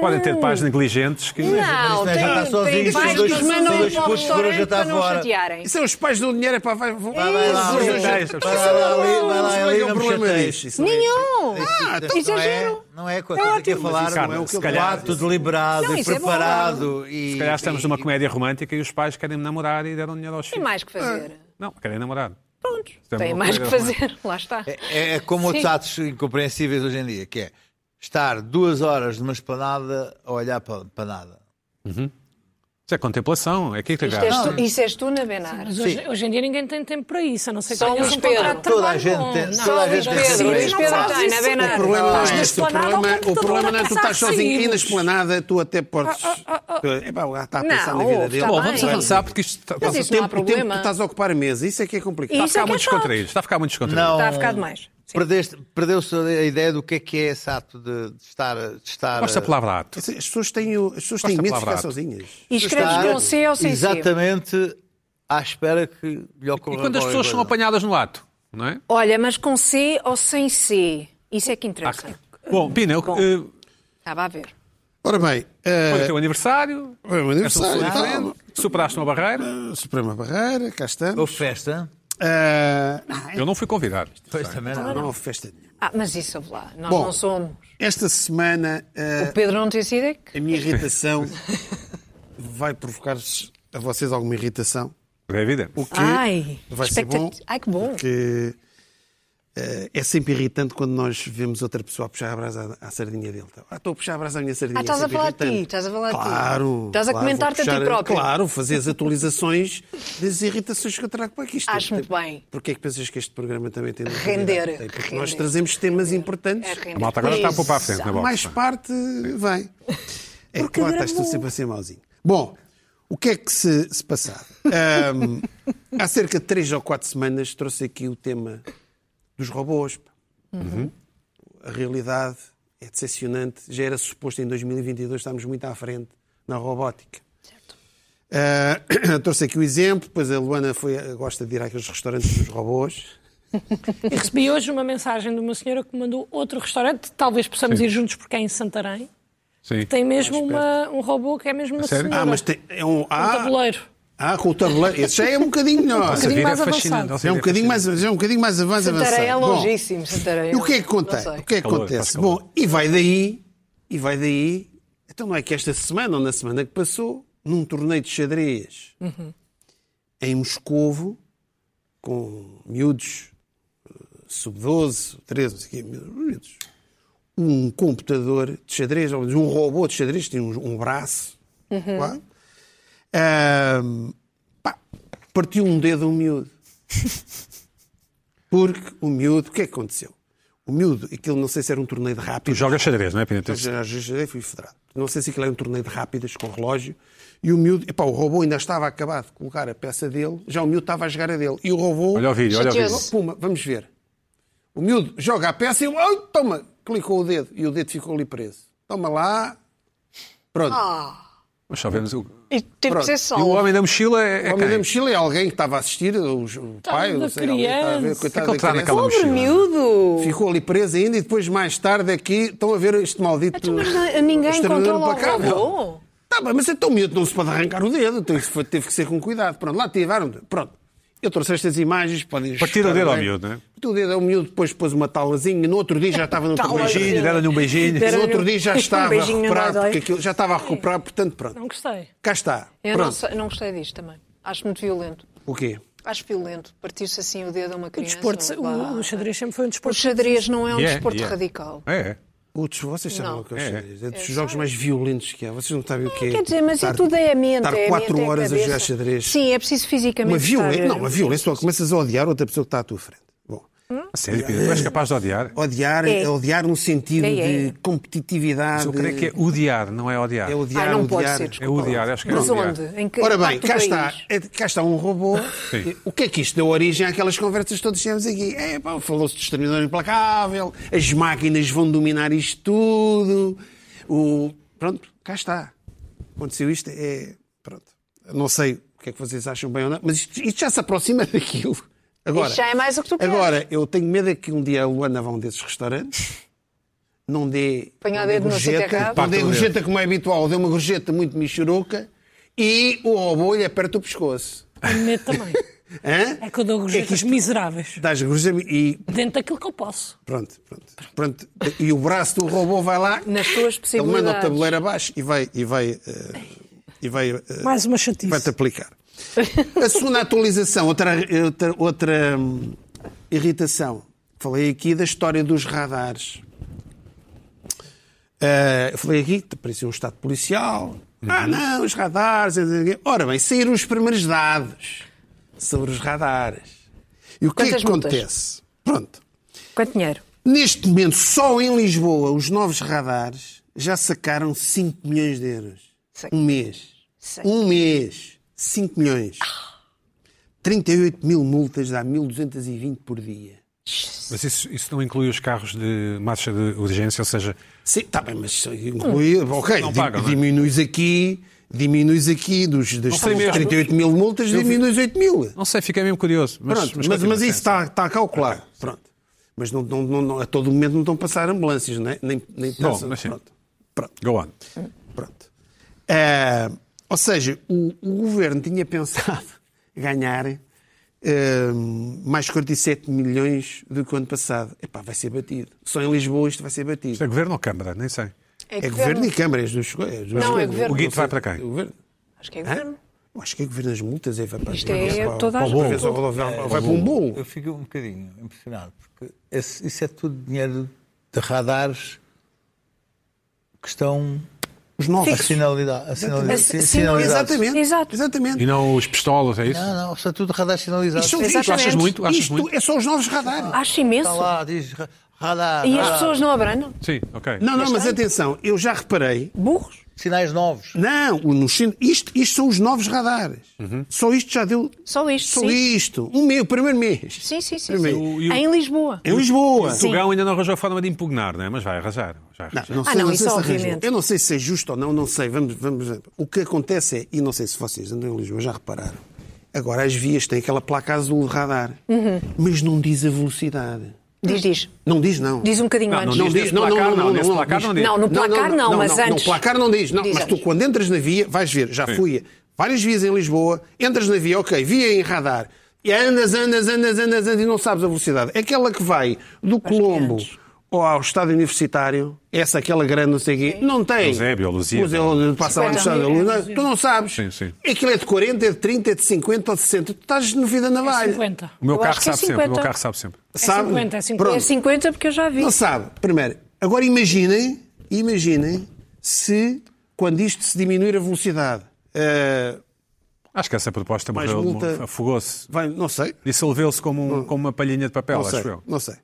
Speaker 1: Podem ter pais negligentes que.
Speaker 6: Não,
Speaker 3: Mas isto não é jantar
Speaker 6: tem,
Speaker 3: sozinhos,
Speaker 6: tem pais
Speaker 3: são dois-
Speaker 6: que os mandam
Speaker 3: são dois
Speaker 6: para o
Speaker 3: putos que foram
Speaker 6: restaurante
Speaker 3: jantar
Speaker 6: para não
Speaker 3: fora.
Speaker 6: chatearem.
Speaker 2: Isso é os pais dão dinheiro, é pá, vai, vão-
Speaker 3: Vai lá,
Speaker 1: Isso.
Speaker 3: vai lá,
Speaker 1: Isso.
Speaker 3: vai lá, ali, vai lá,
Speaker 2: Isso
Speaker 3: ali,
Speaker 2: não é
Speaker 3: não
Speaker 2: um
Speaker 3: me
Speaker 2: problema
Speaker 3: chateies.
Speaker 2: disso.
Speaker 3: Isso não é-
Speaker 6: Nenhum!
Speaker 2: Ah,
Speaker 3: isso- isso não é-
Speaker 6: exagero.
Speaker 3: Não é a coisa que eu falar,
Speaker 1: Carlos,
Speaker 3: não é o que
Speaker 1: se
Speaker 3: eu
Speaker 1: calhar-
Speaker 3: falar. Tudo deliberado
Speaker 6: Não,
Speaker 3: e
Speaker 6: isso é bom.
Speaker 3: preparado. e-
Speaker 1: Se calhar estamos
Speaker 3: e-
Speaker 1: numa comédia romântica e os pais querem me namorar e deram dinheiro aos
Speaker 6: Tem
Speaker 1: filhos.
Speaker 6: mais que fazer.
Speaker 1: Não, querem namorar.
Speaker 6: Pronto,
Speaker 1: é
Speaker 6: tem
Speaker 1: uma
Speaker 6: mais que
Speaker 1: coisa
Speaker 6: fazer. Lá está.
Speaker 3: É, é como outros atos incompreensíveis hoje em dia, que é estar duas horas numa esplanada a olhar para, para nada.
Speaker 1: Isso é contemplação, é aqui que
Speaker 6: Isto és
Speaker 1: agarra.
Speaker 6: tu- Isso és tu na Benar.
Speaker 5: Mas hoje, hoje em dia ninguém tem tempo para isso, a não ser que
Speaker 6: Só
Speaker 5: tenhas
Speaker 6: Luís
Speaker 5: um
Speaker 6: Pedro.
Speaker 5: contrato de
Speaker 3: Toda a
Speaker 5: trabalho
Speaker 3: gente
Speaker 5: bom.
Speaker 3: tem- é?
Speaker 5: Não,
Speaker 3: toda a
Speaker 5: Luís
Speaker 3: gente
Speaker 5: Pedro,
Speaker 3: tem-
Speaker 5: Luís
Speaker 3: Luís
Speaker 5: Pedro
Speaker 6: Pedro
Speaker 5: faz
Speaker 6: tem,
Speaker 5: isso.
Speaker 6: não é bem
Speaker 2: O
Speaker 6: nada.
Speaker 2: problema não
Speaker 5: Estás
Speaker 2: é
Speaker 5: na
Speaker 2: esse, o
Speaker 5: esplanada ao
Speaker 2: problema, o
Speaker 5: computador
Speaker 2: problema não é
Speaker 5: a
Speaker 2: tu estás
Speaker 5: caçar
Speaker 2: sozinho e na
Speaker 5: saídos.
Speaker 2: esplanada tu até podes.
Speaker 3: Ah,
Speaker 2: É pá, o gajo está a pensar
Speaker 6: Não,
Speaker 2: na vida
Speaker 6: ouve,
Speaker 2: dele.
Speaker 6: tá
Speaker 1: Bom,
Speaker 2: Bom,
Speaker 1: vamos
Speaker 6: bem.
Speaker 1: avançar porque isto tá, está,
Speaker 6: Mas
Speaker 1: está
Speaker 6: isso
Speaker 2: o
Speaker 6: não há
Speaker 2: tempo, o tempo que
Speaker 6: problema.
Speaker 2: tu estás a ocupar a mesa, isso é que é complicado.
Speaker 1: a
Speaker 6: Isso é
Speaker 1: ficar
Speaker 6: que é
Speaker 1: muito
Speaker 6: chato.
Speaker 1: descontraído. Está a ficar muito descontraído.
Speaker 3: Não,
Speaker 6: Está a ficar demais. Sim.
Speaker 3: perdeste- Perdeu-se a ideia do que é que é esse ato de, de estar. De estar
Speaker 1: Gosto da palavra ato.
Speaker 2: As pessoas têm, o- as pessoas
Speaker 1: Gosto
Speaker 2: têm
Speaker 1: da
Speaker 2: medo de
Speaker 1: palavra
Speaker 2: ficar
Speaker 1: ato.
Speaker 2: sozinhas.
Speaker 6: E escreves
Speaker 3: estar
Speaker 6: com C ou sem C.
Speaker 3: Exatamente à espera que lhe
Speaker 2: é
Speaker 3: ocorra
Speaker 1: E quando as
Speaker 3: qualquer
Speaker 1: pessoas são
Speaker 3: coisa.
Speaker 1: apanhadas no ato, não é?
Speaker 6: Olha, mas com C ou sem C. Isso é que
Speaker 2: Ah,
Speaker 6: interessa.
Speaker 1: Ah, Bom, Pina, eu-
Speaker 6: Bom.
Speaker 1: eh,
Speaker 6: Estava a ver.
Speaker 2: Ora bem,
Speaker 1: foi o
Speaker 2: eh,
Speaker 1: teu aniversário,
Speaker 2: foi o aniversário e
Speaker 1: essa
Speaker 2: tal.
Speaker 1: solução diferente, superaste uma barreira,
Speaker 2: Suprema Barreira, cá estamos.
Speaker 3: Houve festa?
Speaker 2: Eh, não,
Speaker 1: eu não fui convidado.
Speaker 3: Pois também não.
Speaker 2: não houve festa nenhuma.
Speaker 6: Ah, mas isso, ouve lá. Nós
Speaker 2: Bom.
Speaker 6: não somos.
Speaker 2: Esta semana eh,
Speaker 6: O Pedro não tem sido é que.
Speaker 2: a minha irritação vai provocar a vocês alguma irritação.
Speaker 1: É evidente.
Speaker 2: O que
Speaker 6: Ai,
Speaker 2: vai ser
Speaker 6: expectat-
Speaker 2: bom.
Speaker 6: Ai, que bom.
Speaker 2: que eh, é sempre irritante quando nós vemos outra pessoa a puxar a brasa à, à sardinha dele. Ah, estou a puxar a brasa à minha sardinha.
Speaker 6: Ah, estás
Speaker 2: é
Speaker 6: a
Speaker 2: sempre
Speaker 6: falar de ti,
Speaker 2: irritante.
Speaker 6: estás a falar de ti.
Speaker 2: Claro.
Speaker 6: Estás a
Speaker 2: claro,
Speaker 6: comentar-te a
Speaker 2: vou
Speaker 6: ti
Speaker 2: puxar-
Speaker 6: próprio.
Speaker 2: Claro, fazer as atualizações das irritações que eu trago para aqui. Isto
Speaker 6: Acho
Speaker 2: tem-
Speaker 6: muito bem.
Speaker 2: Porquê é que pensas que este programa também tem... de
Speaker 6: Render,
Speaker 2: atualidade? Tem, porque nós
Speaker 6: render.
Speaker 2: trazemos temas importantes.
Speaker 6: É
Speaker 1: A
Speaker 6: render.
Speaker 1: malta agora está a
Speaker 6: Isso.
Speaker 1: poupar a frente
Speaker 6: é?
Speaker 1: na bola.
Speaker 2: Mais parte vem. É que lá estás tu sempre a ser mauzinho. Bom, o que é que se, se passava? Ahm, há cerca de três ou quatro semanas trouxe aqui o tema dos robôs. pá. Uhum. A realidade é decepcionante. Já era suposto em 2022 estarmos muito à frente na robótica. Ah, trouxe aqui o exemplo, depois a Luana foi, gosta de ir àqueles restaurantes dos robôs.
Speaker 5: E recebi hoje uma mensagem de uma senhora que me mandou outro restaurante, talvez possamos ir juntos porque é em Santarém.
Speaker 1: Sim.
Speaker 5: Tem
Speaker 2: é
Speaker 5: mesmo uma- um robô que é mesmo uma
Speaker 1: sério?
Speaker 5: senhora.
Speaker 2: Ah, mas tem, é um.
Speaker 5: Um
Speaker 2: Ah,
Speaker 5: tabuleiro.
Speaker 2: ah, com o tabuleiro. Esse já é um bocadinho melhor.
Speaker 1: Nossa vida
Speaker 5: mais
Speaker 1: é fascinante.
Speaker 5: avançado.
Speaker 1: Nossa
Speaker 2: É um
Speaker 1: vida
Speaker 2: bocadinho
Speaker 1: fascinante.
Speaker 2: mais, é um bocadinho mais avans- avançado.
Speaker 6: Santarém é
Speaker 2: Bom,
Speaker 6: longíssimo. Santarém.
Speaker 2: e o que é que
Speaker 6: Não
Speaker 2: acontece?
Speaker 6: sei.
Speaker 2: O que é que
Speaker 1: Calor,
Speaker 2: acontece?
Speaker 1: faz calor.
Speaker 2: Bom, e vai daí, e vai daí. Então não é que esta semana ou na semana que passou, num torneio de xadrez
Speaker 6: Uhum.
Speaker 2: em Moscovo, com miúdos eh, sub-12, 13, não sei o quê, miúdos, miúdos, um computador de xadrez, ou um robô de xadrez, tinha um, um braço, lá. Ahm, pá, partiu um dedo a um miúdo. Porque o miúdo, o que é que aconteceu? O miúdo, aquilo não sei se era um torneio de
Speaker 1: Tu
Speaker 2: rápido,
Speaker 1: jogas xadrez, não é, Pina?
Speaker 2: eu já, já, já fui federado. Não sei se aquilo era um torneio de rápidas com relógio. E o miúdo, epá, o robô ainda estava acabado de colocar a peça dele, já o miúdo estava a jogar a dele. E o robô.
Speaker 1: Olha o vídeo, olha o vídeo.
Speaker 6: Chateou-se.
Speaker 2: Puma, vamos ver. O miúdo joga a peça e ele, "Ai, toma, clicou o dedo e o dedo ficou ali preso. Toma lá, Pronto.
Speaker 6: Ah.
Speaker 1: Mas só vemos o.
Speaker 6: E teve que ser um
Speaker 1: E o
Speaker 6: salvo.
Speaker 1: homem da mochila é. é
Speaker 2: o homem da
Speaker 1: quem?
Speaker 2: mochila é alguém que estava a assistir, os- o
Speaker 5: Tá,
Speaker 2: pai,
Speaker 5: da
Speaker 2: não sei, alguém que estava a ver,
Speaker 5: criança.
Speaker 2: coitado
Speaker 1: Aquele
Speaker 2: da
Speaker 1: que É está
Speaker 2: criança.
Speaker 1: naquela
Speaker 6: Pobre
Speaker 1: mochila.
Speaker 6: miúdo!
Speaker 2: Ficou ali preso ainda e depois, mais tarde, aqui estão a ver este maldito.
Speaker 6: Então, Mas n- ninguém
Speaker 2: exterminador
Speaker 6: controla o
Speaker 2: implacável.
Speaker 6: robô?
Speaker 2: Tá bem, mas então o miúdo não se pode arrancar o dedo, então isso foi- teve que ser com cuidado. Pronto, lá tiveram. Pronto. Eu trouxe estas imagens, podem
Speaker 1: Partiram o dedo ao
Speaker 2: bem.
Speaker 1: miúdo, não é?
Speaker 2: Partiram o dedo ao miúdo, depois pôs uma talazinha, no outro dia já estava no outro
Speaker 1: Um beijinho, deram-lhe um beijinho.
Speaker 2: No outro dia já
Speaker 6: Um
Speaker 2: estava a
Speaker 6: beijinho no
Speaker 2: recuperar,
Speaker 6: nozói.
Speaker 2: porque aquilo já estava a recuperar, portanto, pronto.
Speaker 5: Não gostei.
Speaker 2: Cá está.
Speaker 4: Eu não,
Speaker 2: Pronto.
Speaker 4: sei- não gostei disto também. Acho muito violento.
Speaker 2: O quê?
Speaker 4: Acho violento. Partir-se assim o dedo a uma
Speaker 5: O
Speaker 4: criança.
Speaker 5: desporto,
Speaker 4: vá.
Speaker 5: o, o xadrez sempre foi um
Speaker 4: O
Speaker 5: desporto.
Speaker 4: xadrez não é um
Speaker 1: Yeah,
Speaker 4: desporto
Speaker 1: yeah.
Speaker 4: radical.
Speaker 1: É, é.
Speaker 2: Outros, vocês sabem
Speaker 4: Não.
Speaker 2: o que eu é, é dos jogos mais violentos que há. Vocês não sabem o que é.
Speaker 4: Quer dizer, mas
Speaker 2: Estar-
Speaker 4: é tudo é a mente.
Speaker 2: Estar
Speaker 4: é a
Speaker 2: quatro
Speaker 4: mente, é a
Speaker 2: horas a
Speaker 4: cabeça.
Speaker 2: jogar xadrez.
Speaker 4: Sim, é preciso fisicamente.
Speaker 2: Uma violência.
Speaker 4: estar- eh,
Speaker 2: Não, uma violência. Só começas a odiar outra pessoa que está à tua frente. Bom,
Speaker 1: A sério, Pedro, tu és capaz de odiar.
Speaker 2: odiar é, odiar no sentido
Speaker 4: É, é, é.
Speaker 2: de competitividade.
Speaker 1: Eu creio que é odiar, não é odiar.
Speaker 2: é odiar,
Speaker 4: Ah, não
Speaker 2: odiar.
Speaker 4: pode ser,
Speaker 1: É
Speaker 4: desculpa.
Speaker 1: odiar, acho que é
Speaker 4: Mas
Speaker 1: odiar.
Speaker 4: onde? Em que
Speaker 2: Ora
Speaker 4: em que parte
Speaker 2: bem,
Speaker 4: do
Speaker 2: cá
Speaker 4: país?
Speaker 2: está, é- cá está um robô.
Speaker 1: Sim.
Speaker 2: O que é que isto deu origem àquelas conversas que todos temos aqui? É, pá, Falou-se de exterminador implacável, as máquinas vão dominar isto tudo. O... Pronto, cá está. Aconteceu isto, é. Pronto. Não sei o que é que vocês acham bem ou não, mas isto, isto já se aproxima daquilo. Agora,
Speaker 4: Isto já é mais o que tu queres.
Speaker 2: Agora, eu tenho medo é que um dia a Luana vá a um desses restaurantes, não dê.
Speaker 4: Apanhar
Speaker 2: não dê
Speaker 4: dedo no sítio
Speaker 2: gorjeta,
Speaker 4: errado.
Speaker 2: Não dê
Speaker 1: Parte do
Speaker 2: gorjeta como é habitual, deu uma gorjeta muito michuruca e o robô lhe aperta o pescoço.
Speaker 5: Tenho medo também.
Speaker 2: Hã?
Speaker 5: É que eu dou gorjetas miseráveis.
Speaker 2: Dás gorjeta e
Speaker 5: Dentro daquilo que eu posso.
Speaker 2: pronto, pronto, pronto. E o braço do robô vai lá,
Speaker 4: Nas tuas
Speaker 2: ele manda
Speaker 4: possibilidades.
Speaker 2: o tabuleiro abaixo e vai. E vai, eh, e vai eh,
Speaker 5: Mais uma
Speaker 2: vai-te
Speaker 5: chatice.
Speaker 2: aplicar. A segunda atualização, outra, outra, outra hum, irritação. Falei aqui da história dos radares. Ah, eu falei aqui, que parecia um estado policial.
Speaker 4: Uhum.
Speaker 2: Ah, não, os radares. eh, eh, Ora bem, saíram os primeiros dados sobre os radares. E o que é
Speaker 4: Quantas
Speaker 2: que
Speaker 4: multas?
Speaker 2: acontece? Pronto.
Speaker 4: Quanto dinheiro?
Speaker 2: Neste momento, só em Lisboa, os novos radares já sacaram 5 milhões de euros.
Speaker 4: Sei.
Speaker 2: Um mês.
Speaker 4: Sei.
Speaker 2: Um mês. 5 milhões. 38 mil multas dá 1.220 por dia.
Speaker 1: Mas isso, isso não inclui os carros de marcha de urgência, ou seja,
Speaker 2: Sim, está bem, mas isso
Speaker 4: Hum.
Speaker 2: inclui. ok,
Speaker 1: Não
Speaker 2: di-
Speaker 1: pagam, não é?
Speaker 2: diminuis aqui, diminuis aqui dos, das
Speaker 1: sei mesmo.
Speaker 2: 38 mil multas, diminuis 8 mil.
Speaker 1: não sei, fiquei mesmo curioso. Mas,
Speaker 2: Pronto, mas,
Speaker 1: continua,
Speaker 2: mas isso está, está a calcular. Pronto. Mas não, não- não- não- a todo momento não estão a passar ambulâncias, não é? nem, nem
Speaker 1: Bom,
Speaker 2: passam.
Speaker 1: mas sim.
Speaker 2: Pronto. Pronto.
Speaker 1: Go on.
Speaker 2: Pronto. Ah, ou seja, o, o governo tinha pensado ganhar ah, mais 47 milhões do que o ano passado. Epá, vai ser batido. Só em Lisboa isto vai ser batido.
Speaker 1: Isto é governo ou Câmara? Nem sei.
Speaker 2: É, governo e Câmara, as duas, co- as duas
Speaker 4: Não, é
Speaker 2: coisas.
Speaker 4: governo.
Speaker 1: O guito vai para quem?
Speaker 2: É governo.
Speaker 4: Acho que é
Speaker 2: Hã?
Speaker 4: governo.
Speaker 2: Eu Acho que é governo das multas. É, vai para,
Speaker 4: Isto
Speaker 2: vai
Speaker 4: é
Speaker 2: para-
Speaker 4: toda a
Speaker 2: para o
Speaker 4: gente.
Speaker 2: bolo.
Speaker 1: É
Speaker 2: Vai para um bolo.
Speaker 3: Eu fico um bocadinho impressionado, porque esse- isso é tudo dinheiro de radares que estão
Speaker 2: Os novos.
Speaker 3: a sinalizar. A sinalizar,
Speaker 4: Sim,
Speaker 3: sinalizados.
Speaker 2: Exatamente.
Speaker 4: Exato.
Speaker 2: Exatamente.
Speaker 1: E não os pistolas, é isso?
Speaker 3: Não, não, são tudo radares sinalizados.
Speaker 2: Isto são
Speaker 4: Exatamente. Ah,
Speaker 2: isto.
Speaker 1: Achas muito? Achas
Speaker 2: Isto
Speaker 1: muito?
Speaker 2: é só os novos radares.
Speaker 4: Acho imenso.
Speaker 3: Está lá, diz ra- radar, ah,
Speaker 4: E as
Speaker 3: radar,
Speaker 4: pessoas não abranam?
Speaker 1: Sim, ok.
Speaker 2: Não, não, mas atenção, eu já reparei
Speaker 4: Burros?
Speaker 3: sinais novos.
Speaker 2: Não, o- no China, isto, isto são os novos radares. Só isto já deu.
Speaker 4: Só isto,
Speaker 2: Só
Speaker 4: sim.
Speaker 2: isto. Um mês, o primeiro mês.
Speaker 4: Sim, sim, sim.
Speaker 2: Primeiro.
Speaker 4: sim.
Speaker 1: O- e o-
Speaker 4: Em Lisboa.
Speaker 2: Em Lisboa.
Speaker 1: O Tugão ainda não arranjou a forma de impugnar, não é? Mas vai arranjar. Vai
Speaker 2: Não,
Speaker 1: arranjar.
Speaker 2: não sei,
Speaker 4: Ah, não,
Speaker 2: não
Speaker 4: isso
Speaker 2: sei se
Speaker 4: obviamente.
Speaker 2: arranjou. Eu não sei se é justo ou não, não sei. Vamos, vamos. O que acontece é, e não sei se vocês andam em Lisboa já repararam, agora as vias têm aquela placa azul de radar,
Speaker 4: Uhum.
Speaker 2: mas não diz a velocidade.
Speaker 4: Diz, diz.
Speaker 2: Não diz, não.
Speaker 4: Diz um bocadinho
Speaker 1: Não,
Speaker 4: antes.
Speaker 1: não diz. placar, não, nesse placar não diz.
Speaker 4: Não, no placar não, mas
Speaker 2: No
Speaker 4: antes.
Speaker 2: placar não diz. Não,
Speaker 4: Diz
Speaker 2: mas tu
Speaker 4: antes.
Speaker 2: quando entras na via, vais ver, já fui a várias vias em Lisboa, entras na via, ok, via em radar, e andas, andas, andas, andas, andas e não sabes a velocidade. Aquela que vai do Colombo
Speaker 4: antes.
Speaker 2: ou ao estádio universitário, essa aquela grande, não sei o quê, não tem.
Speaker 1: Eusébio, ou Lusíada.
Speaker 2: Mas ele passa lá no
Speaker 4: 50.
Speaker 2: estádio, não, tu não sabes.
Speaker 1: Sim, sim.
Speaker 2: Aquilo é de 40, é de 30, é de 50 ou de 60. Tu estás no vida na
Speaker 5: É
Speaker 2: valha.
Speaker 5: 50.
Speaker 1: O meu
Speaker 4: Eu
Speaker 1: carro
Speaker 4: acho que é
Speaker 1: sabe sempre. O meu
Speaker 4: 50.
Speaker 1: carro sabe sempre.
Speaker 2: Sabe?
Speaker 5: 50, é 50.
Speaker 2: Pronto.
Speaker 4: É 50 porque eu já vi. É
Speaker 2: Não sabe. Primeiro, agora imaginem, imaginem se quando isto se diminuir a velocidade, eh,
Speaker 1: Acho que essa proposta
Speaker 2: Mais
Speaker 1: morreu,
Speaker 2: multa.
Speaker 1: afogou-se.
Speaker 2: vai, não sei,
Speaker 1: Dissolveu-se como, um- como uma palhinha de papel,
Speaker 2: não sei,
Speaker 1: acho eu.
Speaker 2: não sei.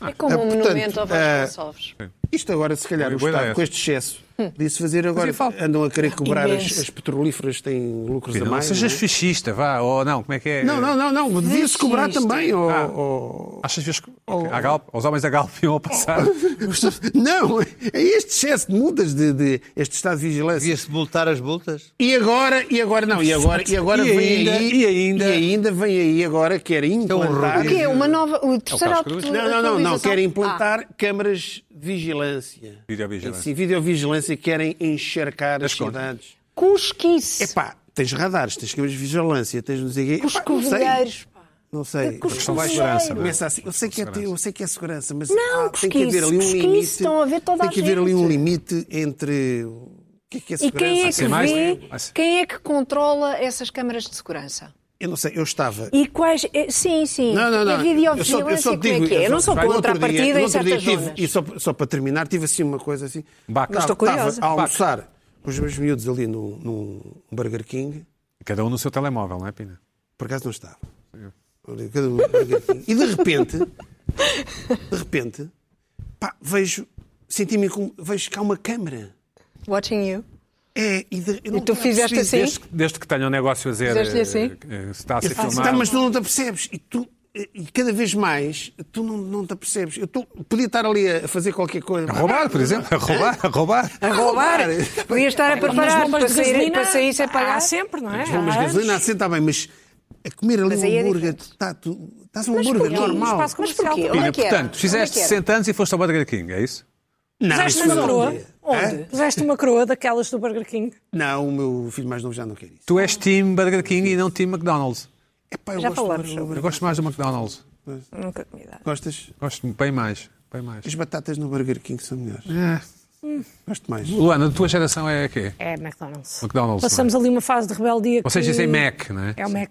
Speaker 4: É como
Speaker 2: Ah,
Speaker 4: um
Speaker 2: portanto,
Speaker 4: monumento ao Vasco
Speaker 2: ah,
Speaker 4: Gonçalves.
Speaker 2: Isto agora, se calhar, o
Speaker 8: Boa
Speaker 2: Estado,
Speaker 8: ideia.
Speaker 2: com este excesso,
Speaker 6: Hum.
Speaker 2: disse fazer agora.
Speaker 1: Fazia falta.
Speaker 2: Andam a querer cobrar as,
Speaker 4: Imenso.
Speaker 2: as petrolíferas, têm lucros a
Speaker 1: Não
Speaker 2: mais. é?
Speaker 1: sejas fichista, vá, ou não, como é que é?
Speaker 2: não, é? não, não, não, não. Devia-se cobrar
Speaker 4: Fascista.
Speaker 2: também. ao-
Speaker 1: Ah.
Speaker 2: ao-
Speaker 1: Achas vezes que a Galp, aos homens da Galp iam ao passar?
Speaker 2: Não, é este excesso de multas, de, de- este estado de vigilância.
Speaker 3: Devia-se multar as multas?
Speaker 2: E agora, e agora não, e agora, e agora
Speaker 1: E
Speaker 2: vem
Speaker 1: ainda,
Speaker 2: aí,
Speaker 1: e ainda.
Speaker 2: e ainda vem aí agora quer implantar.
Speaker 6: O quê? Uma nova. O terceiro
Speaker 1: Carlos Cruz.
Speaker 2: eh, Não, não, não, não,
Speaker 4: Ah,
Speaker 6: Ah.
Speaker 2: querem implantar câmaras de vigilância.
Speaker 1: Videovigilância.
Speaker 2: Sim, videovigilância querem encharcar as,
Speaker 1: contas.
Speaker 2: cidades.
Speaker 6: Cusquice.
Speaker 2: Epá, tens radares, tens câmaras de vigilância, tens não sei o quê.
Speaker 6: Os É
Speaker 2: Epá, não sei,
Speaker 6: covilheiros. pá.
Speaker 2: Não sei.
Speaker 1: São mais segurança. não é?
Speaker 2: Começa assim. Eu sei, que é, eu sei que é segurança, mas
Speaker 6: Não,
Speaker 2: há- tem que haver
Speaker 6: cosquice,
Speaker 2: ali um
Speaker 6: cosquice,
Speaker 2: limite.
Speaker 6: estão a ver toda
Speaker 2: tem
Speaker 6: a
Speaker 2: que haver ali um
Speaker 6: gente.
Speaker 2: limite entre o que é, que é
Speaker 6: E
Speaker 2: segurança.
Speaker 6: quem é que
Speaker 1: ser mais-
Speaker 6: vê,
Speaker 1: vai ser-
Speaker 6: quem é que controla essas câmaras de segurança?
Speaker 2: Eu não sei, eu estava.
Speaker 6: E quais. eh, Sim, sim.
Speaker 2: Não, não, não.
Speaker 6: A videovigilância, como é que é? Eu não sou
Speaker 2: vai, no
Speaker 6: contra a
Speaker 2: outro dia-
Speaker 6: partida
Speaker 2: no
Speaker 6: em
Speaker 2: outro dia
Speaker 6: certas
Speaker 2: tive-
Speaker 6: zonas.
Speaker 2: E só, só para terminar, tive assim uma coisa assim.
Speaker 1: Baco.
Speaker 2: Tava-
Speaker 1: Estou
Speaker 2: tava
Speaker 6: curiosa.
Speaker 2: a almoçar com os meus miúdos ali no, num Burger King.
Speaker 1: Cada um no seu telemóvel, não é, Pina?
Speaker 2: Por acaso não estava. Cada um no Burger King. E de repente, de repente, pá, vejo, senti-me como, vejo cá uma câmara.
Speaker 6: Watching you.
Speaker 2: É, e, de- eu não
Speaker 6: E tu
Speaker 2: tinha
Speaker 6: fizeste
Speaker 2: percebido.
Speaker 6: assim?
Speaker 1: Desde, desde que tenha um negócio a dizer
Speaker 6: Fizeste-lhe
Speaker 1: eh,
Speaker 6: assim?
Speaker 1: eh, se está a ser
Speaker 2: Eu faço,
Speaker 1: filmado.
Speaker 2: tá, mas tu não te apercebes. E, tu, e cada vez mais tu não, não te apercebes. Eu tô- podia estar ali a fazer qualquer coisa.
Speaker 1: A roubar, por exemplo. A roubar, a roubar.
Speaker 2: A roubar?
Speaker 4: Podia estar a
Speaker 5: Mas
Speaker 4: preparar
Speaker 5: bombas
Speaker 4: para
Speaker 5: de
Speaker 4: sair,
Speaker 5: gasolina,
Speaker 4: para sair sem
Speaker 5: há
Speaker 4: pagar.
Speaker 5: sempre, não é?
Speaker 2: As bombas
Speaker 5: Há
Speaker 2: de gasolina, assim está bem, mas a comer ali
Speaker 6: Mas
Speaker 2: um
Speaker 6: aí é
Speaker 2: hambúrguer,
Speaker 6: diferente.
Speaker 2: tá, tu, estás um hambúrguer
Speaker 5: porquê?
Speaker 2: normal.
Speaker 5: Espaço
Speaker 6: Mas
Speaker 5: comercial.
Speaker 6: porquê?
Speaker 5: Pina,
Speaker 6: Onde é que era?
Speaker 1: Portanto, fizeste
Speaker 6: Onde é que era?
Speaker 1: 60 anos e foste ao Burger King, é isso?
Speaker 2: Não, é.
Speaker 5: Puseste
Speaker 2: isso
Speaker 5: uma
Speaker 2: foi outro
Speaker 5: coroa?
Speaker 2: dia.
Speaker 5: Onde? Puseste uma coroa daquelas do Burger King?
Speaker 2: Não, o meu filho mais novo já não quer isso.
Speaker 1: Tu és time Burger King e não time McDonald's.
Speaker 2: Epá, eu
Speaker 4: Já
Speaker 2: gosto
Speaker 4: falamos
Speaker 2: de
Speaker 4: sobre
Speaker 1: Eu
Speaker 2: hambúrguer.
Speaker 1: gosto mais do McDonald's.
Speaker 4: Nunca comi nada.
Speaker 2: Gostas?
Speaker 1: Gosto bem mais. Bem mais.
Speaker 2: As batatas no Burger King são melhores.
Speaker 1: É.
Speaker 2: Gosto mais.
Speaker 1: Luana, a tua geração é a quê?
Speaker 5: É McDonald's.
Speaker 1: McDonald's,
Speaker 2: é?
Speaker 5: Passamos ali uma fase de rebeldia.
Speaker 1: Vocês
Speaker 5: que-
Speaker 1: dizem Mac, não é?
Speaker 5: É o Mac.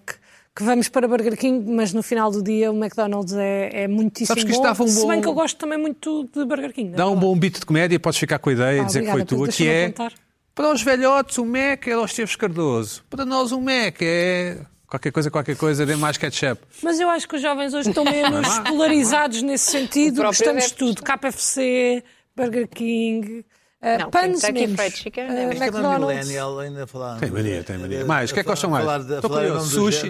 Speaker 5: Que vamos para Burger King, mas no final do dia o McDonald's é, é muitíssimo
Speaker 1: Sabes que isto
Speaker 5: bom.
Speaker 1: dava um
Speaker 5: Se bem
Speaker 1: bom-
Speaker 5: que eu gosto também muito de Burger King. é?
Speaker 1: Dá um bom beat de comédia, podes ficar com a ideia e
Speaker 5: Ah,
Speaker 1: dizer
Speaker 5: obrigada,
Speaker 1: que foi tua,
Speaker 5: Pedro,
Speaker 1: que
Speaker 5: deixa-me
Speaker 1: é
Speaker 5: apontar.
Speaker 1: para os velhotes o Mac era o Esteves Cardoso. Para nós o Mac é qualquer coisa, qualquer coisa, dê mais ketchup.
Speaker 5: Mas eu acho que os jovens hoje estão menos polarizados nesse sentido.
Speaker 6: O próprio
Speaker 5: Gostamos de
Speaker 6: deve
Speaker 5: tudo. KFC, Burger King, eh,
Speaker 6: Não,
Speaker 5: Panos
Speaker 6: Kentucky
Speaker 5: menos,
Speaker 6: Fried Chicken,
Speaker 5: eh,
Speaker 6: não é? Mas
Speaker 3: Aquela
Speaker 5: McDonald's.
Speaker 3: millennial ainda falar.
Speaker 1: Tem mania, tem mania. Mais, o que é que gostam mais? Estou curioso. Sushi.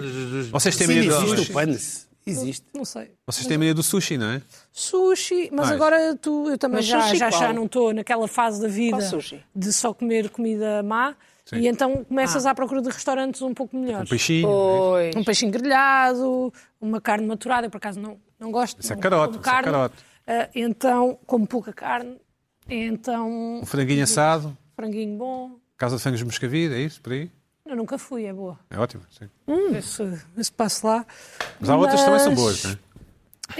Speaker 1: Vocês têm
Speaker 2: Sim,
Speaker 1: mania do
Speaker 2: existe o
Speaker 1: sushi?
Speaker 2: panes. Existe.
Speaker 5: Não sei.
Speaker 1: Vocês têm mania do sushi, não é?
Speaker 5: Sushi, mas
Speaker 1: Mais.
Speaker 5: agora tu, eu também
Speaker 6: Mas
Speaker 5: já,
Speaker 6: sushi
Speaker 5: já,
Speaker 6: qual?
Speaker 5: já não estou naquela fase da vida
Speaker 6: Qual sushi?
Speaker 5: de só comer comida má e então começas
Speaker 6: Ah.
Speaker 5: à procura de restaurantes um pouco
Speaker 1: Um
Speaker 5: melhores.
Speaker 1: peixinho.
Speaker 6: Pois.
Speaker 5: Um peixinho grelhado, uma carne maturada, eu por acaso não, não gosto.
Speaker 1: Isso é
Speaker 5: não
Speaker 1: carote,
Speaker 5: como
Speaker 1: isso é carote.
Speaker 5: Ah, então, como pouca carne, então
Speaker 1: Um franguinho assado,
Speaker 5: franguinho bom.
Speaker 1: casa de frangos moscavide, é isso? Por aí?
Speaker 5: Eu nunca fui, é boa.
Speaker 1: É ótimo, sim.
Speaker 5: Vê se, vê se passo lá.
Speaker 1: Mas há outras que também são
Speaker 5: Mas,
Speaker 1: boas, não é?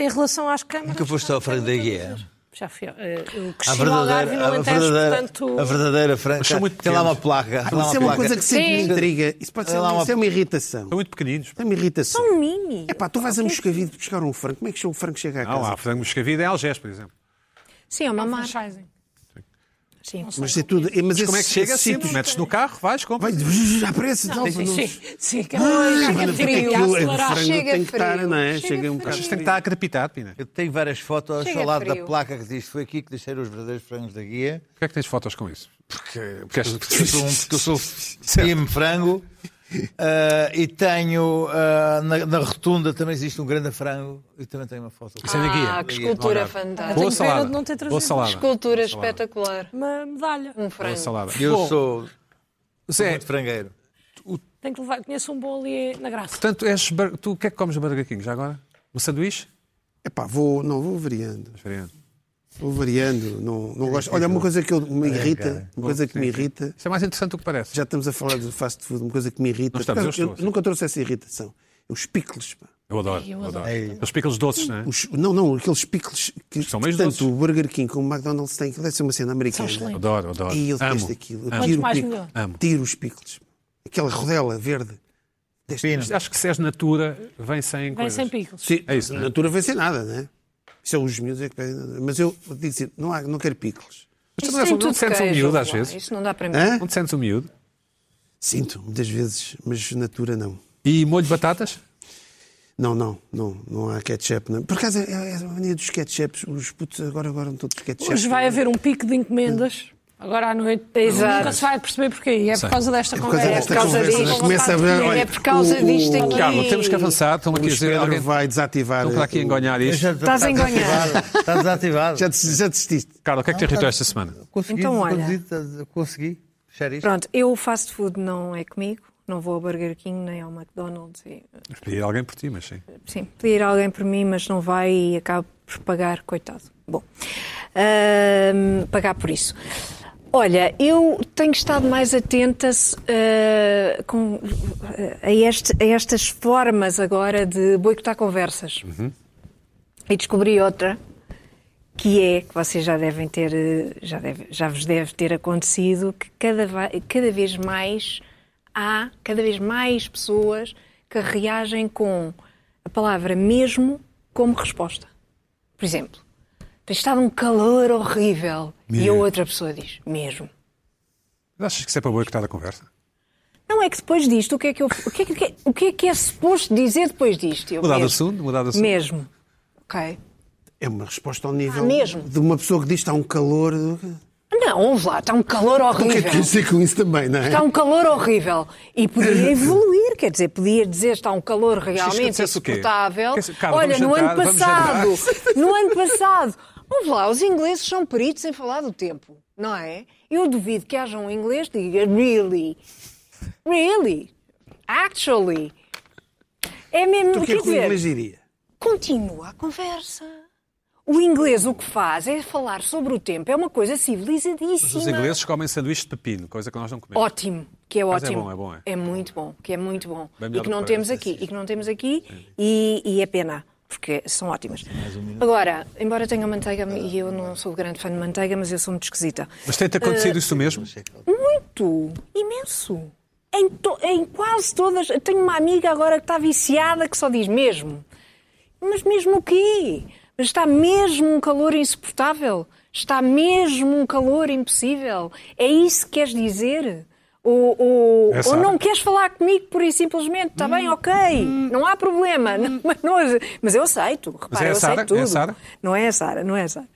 Speaker 5: Em relação às câmaras.
Speaker 3: Nunca É foste ao frango da guia.
Speaker 5: Já fui. ao- eh, Eu
Speaker 3: A
Speaker 5: cresci no Algarve
Speaker 3: verdadeira,
Speaker 5: e no
Speaker 3: a
Speaker 5: Alentejo,
Speaker 3: verdadeira,
Speaker 5: portanto...
Speaker 3: a verdadeira franca.
Speaker 1: são muito
Speaker 3: tem lá uma
Speaker 1: pequenos. Ah,
Speaker 3: placa. tem lá
Speaker 2: Isso é uma
Speaker 3: placa.
Speaker 2: coisa que sempre me
Speaker 6: Sim.
Speaker 2: intriga. Isso pode ser
Speaker 3: Olha lá uma-
Speaker 2: isso é uma irritação.
Speaker 1: São muito pequeninos.
Speaker 2: É uma irritação.
Speaker 6: Um mini.
Speaker 2: É pá, tu vais a Moscavide buscar um frango. Como é que o frango chega a
Speaker 1: Não,
Speaker 2: casa?
Speaker 1: há frango moscavide em Algés, por exemplo.
Speaker 6: Sim, é uma marca.
Speaker 5: franchising.
Speaker 6: Sim.
Speaker 2: mas é tudo. Mas,
Speaker 1: Como é que chega? Sim, tu metes no carro, vais,
Speaker 2: Vai,
Speaker 1: compras.
Speaker 2: já aparece. Não,
Speaker 5: Sim,
Speaker 2: não-
Speaker 5: sim, sim. que- é
Speaker 3: é
Speaker 2: Ah,
Speaker 5: que
Speaker 2: mano, porque
Speaker 5: frio, é
Speaker 2: aquilo-
Speaker 5: que
Speaker 2: o
Speaker 5: acelerar.
Speaker 2: frango
Speaker 6: Chega
Speaker 2: tem que
Speaker 6: frio.
Speaker 2: estar, não é? Chega, um
Speaker 1: Achas
Speaker 2: bocado.
Speaker 1: que tem que estar a crepitar, Pina.
Speaker 3: Eu tenho várias fotos
Speaker 6: Chega
Speaker 3: ao lado
Speaker 6: frio.
Speaker 3: da placa que diz foi aqui que deixei os verdadeiros frangos da guia.
Speaker 1: Porquê é que tens fotos com isso? Porque, porque és-
Speaker 3: Porque eu sou, um- porque eu sou time frango. Ah, e tenho ah, na, na rotunda também existe um grande frango. E também tenho uma foto.
Speaker 1: Isso é na guia.
Speaker 6: Ah, que escultura fantástica.
Speaker 1: Boa
Speaker 5: Tenho pena
Speaker 1: salada.
Speaker 5: de não ter trazido.
Speaker 1: Boa salada.
Speaker 6: Escultura espetacular.
Speaker 5: Uma medalha.
Speaker 6: Um
Speaker 1: Boa
Speaker 6: frango.
Speaker 1: salada.
Speaker 3: Eu sou
Speaker 1: Zé,
Speaker 3: muito frangueiro.
Speaker 5: Tenho que levar. Conheço um bom ali na graça.
Speaker 1: portanto, és, bar- tu o que é que comes no Burger King já agora? Um sanduíche?
Speaker 2: Epá, vou, não, vou variando.
Speaker 1: Experiente.
Speaker 2: Vou variando. Não, não gosto. Olha, uma coisa que eu, me irrita, uma coisa que me irrita,
Speaker 1: Isso é mais interessante do que parece.
Speaker 2: já estamos a falar de fast food, uma coisa que me irrita.
Speaker 1: Não estamos, eu estou,
Speaker 2: eu
Speaker 1: sim.
Speaker 2: nunca trouxe essa irritação. É Os picles, pá.
Speaker 1: Eu adoro. Eu adoro. Os picles doces, não é?
Speaker 2: Os- não, não, aqueles picles que
Speaker 1: São meio doces.
Speaker 2: tanto o Burger King como o McDonald's têm, aquilo deve ser uma cena americana.
Speaker 5: excelentes.
Speaker 1: Adoro, adoro.
Speaker 2: E eu
Speaker 1: Amo.
Speaker 2: detesto aquilo. Eu
Speaker 1: Amo.
Speaker 2: tiro, o
Speaker 5: mais
Speaker 2: pico,
Speaker 5: melhor.
Speaker 1: Amo.
Speaker 2: tiro os picles. Aquela rodela verde.
Speaker 3: Pina.
Speaker 1: Acho que se és natura, vem sem
Speaker 5: Vem
Speaker 1: coisas.
Speaker 5: sem picos.
Speaker 2: Sim,
Speaker 1: É isso,
Speaker 2: a
Speaker 1: não é?
Speaker 2: Natura vem sem nada, né? Isso é os miúdos é que pedem. Mas eu digo assim, não, há, não quero picles.
Speaker 1: Mas tu
Speaker 6: Isso
Speaker 1: não, és,
Speaker 6: tem
Speaker 1: um- não
Speaker 6: tudo
Speaker 1: te sentes um
Speaker 6: queijo,
Speaker 1: miúdo às
Speaker 6: lá.
Speaker 1: vezes?
Speaker 6: é Isso não dá para mim.
Speaker 2: Hã?
Speaker 1: Não te sentes um miúdo?
Speaker 2: Sinto, muitas vezes, mas Natura não.
Speaker 1: E molho de batatas?
Speaker 2: Não, não, não, não há ketchup. Não. Por acaso é, é a mania dos ketchups. Os putos agora agora não todos ketchup.
Speaker 5: Hoje vai haver um pico de encomendas, agora à noite.
Speaker 6: Exato.
Speaker 5: Nunca se vai perceber porquê. E é por causa desta
Speaker 2: É por causa
Speaker 5: conversa.
Speaker 2: desta
Speaker 6: por causa
Speaker 2: conversa.
Speaker 6: disto.
Speaker 2: Começa a ver,
Speaker 6: É
Speaker 2: olha,
Speaker 6: por causa
Speaker 2: o-
Speaker 6: disto
Speaker 2: o-
Speaker 6: aqui.
Speaker 1: Carla, temos que avançar. Estão aqui a
Speaker 2: O
Speaker 1: dizer.
Speaker 2: Pedro
Speaker 1: Alguém...
Speaker 2: vai desativar. eh,
Speaker 1: Estão para aqui a enganhar isto.
Speaker 3: Já-
Speaker 6: Estás a enganar.
Speaker 3: desativado, Está desativado.
Speaker 2: Já, des- já desististe.
Speaker 1: Carla, o que é que te
Speaker 3: Não,
Speaker 1: irritou
Speaker 3: tá-
Speaker 1: esta semana?
Speaker 3: Consegui,
Speaker 6: Então, olha.
Speaker 3: consegui, tá- consegui fechar isto.
Speaker 6: Pronto, eu o fast food não é comigo. Não vou ao Burger King nem ao McDonald's. e-
Speaker 1: Pedir alguém por ti, mas sim.
Speaker 6: sim, pedir alguém por mim, mas não vai e acabo por pagar, coitado. Bom, ahm, pagar por isso. Olha, eu tenho estado mais atenta se, ah, com- a, este- a estas formas agora de boicotar conversas.
Speaker 2: Uhum.
Speaker 6: E descobri outra, que é, que vocês já devem ter, eh, já, deve, já vos deve ter acontecido, que cada, va- cada vez mais há, cada vez mais pessoas que reagem com a palavra mesmo como resposta. Por exemplo, tem estado um calor horrível e a outra pessoa diz, mesmo.
Speaker 1: Mas Achas que isso é para boicotar a conversa?
Speaker 6: Não é que depois disto, o que é que, eu, o que, é, que, o que, é, que é suposto dizer depois disto? Eu
Speaker 1: Mudar de
Speaker 6: mesmo.
Speaker 1: assunto, mudar de assunto.
Speaker 6: Mesmo. Ok.
Speaker 2: É uma resposta ao nível
Speaker 6: Ah, mesmo?
Speaker 2: de uma pessoa que diz que está um calor.
Speaker 6: Não, ouve lá, está um calor
Speaker 1: Então
Speaker 2: O que é
Speaker 6: horrível.
Speaker 2: que quer dizer com isso também, não é?
Speaker 6: Está um calor horrível. E podia evoluir, quer dizer, podia dizer está um calor
Speaker 1: Achas que
Speaker 6: realmente
Speaker 1: dissesse o quê?
Speaker 6: insuportável.
Speaker 1: Quer dizer, cara,
Speaker 6: Olha,
Speaker 1: vamos
Speaker 6: no
Speaker 1: jantar,
Speaker 6: ano
Speaker 1: vamos
Speaker 6: passado, no ano passado, ouve lá, os ingleses são peritos em falar do tempo, não é? Eu duvido que haja um inglês que diga really, really, actually. É mesmo,
Speaker 2: O que é
Speaker 6: quer
Speaker 2: que o inglês
Speaker 6: dizer,
Speaker 2: diria?
Speaker 6: continua a conversa. O inglês o que faz é falar sobre o tempo, é uma coisa civilizadíssima.
Speaker 1: Os ingleses comem sanduíche de pepino, coisa que nós não comemos.
Speaker 6: Ótimo, que é
Speaker 1: Mas é
Speaker 6: ótimo.
Speaker 1: bom, é bom, é.
Speaker 6: muito bom, que é muito bom.
Speaker 1: Bem melhor
Speaker 6: E
Speaker 1: do
Speaker 6: que não
Speaker 1: que
Speaker 6: temos
Speaker 1: parece,
Speaker 6: aqui, e que não temos aqui, e, e é pena, porque são ótimas. Agora, embora tenha manteiga, e eu não sou grande fã de manteiga, mas eu sou muito esquisita.
Speaker 1: Mas tem-te acontecido isso mesmo?
Speaker 6: Muito, imenso. Em, to- em quase todas. Eu tenho uma amiga agora que está viciada que só diz mesmo. Mas mesmo o quê? Mas está mesmo um calor insuportável? Está mesmo um calor impossível? É isso que queres dizer? Ou, ou,
Speaker 1: Essa
Speaker 6: ou
Speaker 1: área.
Speaker 6: não queres falar comigo por e simplesmente?
Speaker 1: Hum,
Speaker 6: Está bem, ok, não há problema. Não, mas, não- mas eu aceito, repara,
Speaker 1: é a
Speaker 6: eu
Speaker 1: Sara?
Speaker 6: aceito tudo.
Speaker 1: É a Sara?
Speaker 6: Não é a Sara, não é a Sara.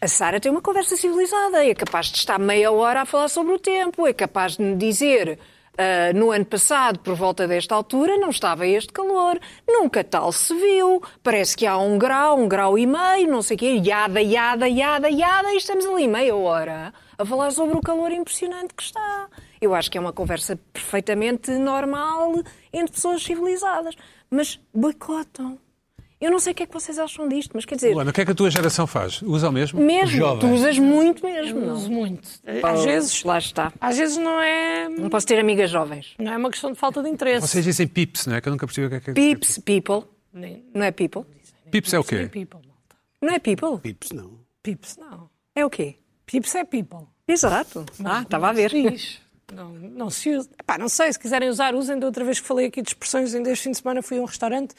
Speaker 6: A Sara tem uma conversa civilizada e é capaz de estar meia hora a falar sobre o tempo, é capaz de me dizer. ah, no ano passado, por volta desta altura, não estava este calor, nunca tal se viu, parece que há um grau, um grau e meio, não sei o quê, iada, iada, iada, iada, e estamos ali meia hora a falar sobre o calor impressionante que está. Eu acho que é uma conversa perfeitamente normal entre pessoas civilizadas, mas boicotam. Eu não sei o que é que vocês acham disto, mas quer dizer,
Speaker 1: Luana, o que é que a tua geração faz? Usa o mesmo?
Speaker 6: mesmo,
Speaker 3: Jovem.
Speaker 6: tu usas muito mesmo.
Speaker 5: Uso muito. Às vezes,
Speaker 6: lá está.
Speaker 5: às vezes não é,
Speaker 6: Não posso ter amigas jovens.
Speaker 5: não é uma questão de falta de interesse.
Speaker 1: Vocês dizem pips, não é? Que eu nunca percebi o que é que é.
Speaker 6: Pips, people.
Speaker 5: Nem-
Speaker 6: Não é people?
Speaker 1: Pips é o quê?
Speaker 5: People, malta.
Speaker 6: Não é people?
Speaker 2: Pips, não.
Speaker 5: Pips, não.
Speaker 6: É o quê?
Speaker 5: Pips é people.
Speaker 6: Exato. Ah, estava a ver.
Speaker 5: Diz. Não, não se usa. Epá, não sei, se quiserem usar, usem. Da outra vez que falei aqui de expressões, ainda este fim de semana fui a um restaurante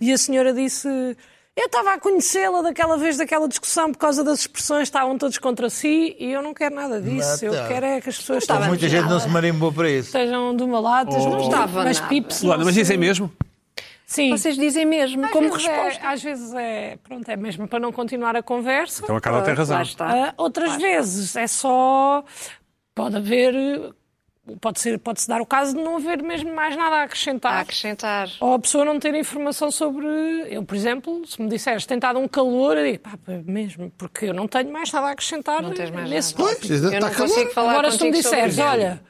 Speaker 5: e a senhora disse. Eu estava a conhecê-la daquela vez, daquela discussão, por causa das expressões, estavam todos contra si e eu não quero nada disso. Eu
Speaker 3: Nada.
Speaker 5: quero é que as pessoas
Speaker 6: Não estava
Speaker 5: estejam,
Speaker 6: Muita
Speaker 3: Muita gente não se marimbou para isso.
Speaker 5: estejam de uma lata, estejam-
Speaker 6: Não estava
Speaker 5: mas
Speaker 6: nada.
Speaker 5: pips.
Speaker 1: Oh. Luana,
Speaker 5: não
Speaker 1: mas
Speaker 5: se-
Speaker 1: dizem mesmo?
Speaker 5: Sim.
Speaker 6: Vocês dizem mesmo,
Speaker 5: Às
Speaker 6: como
Speaker 5: vezes é-
Speaker 6: resposta.
Speaker 5: às vezes é, pronto, é mesmo para não continuar a conversa.
Speaker 1: Então a Carla tem razão.
Speaker 6: Lá está.
Speaker 5: Ah, outras vezes é só. Pode haver. eh, Pode ser, pode-se dar o caso de não haver mesmo mais nada a acrescentar.
Speaker 6: A acrescentar.
Speaker 5: Ou a pessoa não ter informação sobre. Eu, por exemplo, se me disseres tem estado um calor, eu digo, pá, mesmo, porque eu não tenho mais nada a acrescentar
Speaker 6: Não tens mais
Speaker 5: nesse
Speaker 6: nada.
Speaker 5: tópico.
Speaker 2: Está
Speaker 6: Eu não
Speaker 2: calor.
Speaker 6: consigo falar
Speaker 5: Agora, se tu me
Speaker 6: contigo sobre
Speaker 5: disseres,
Speaker 6: isso.
Speaker 5: olha,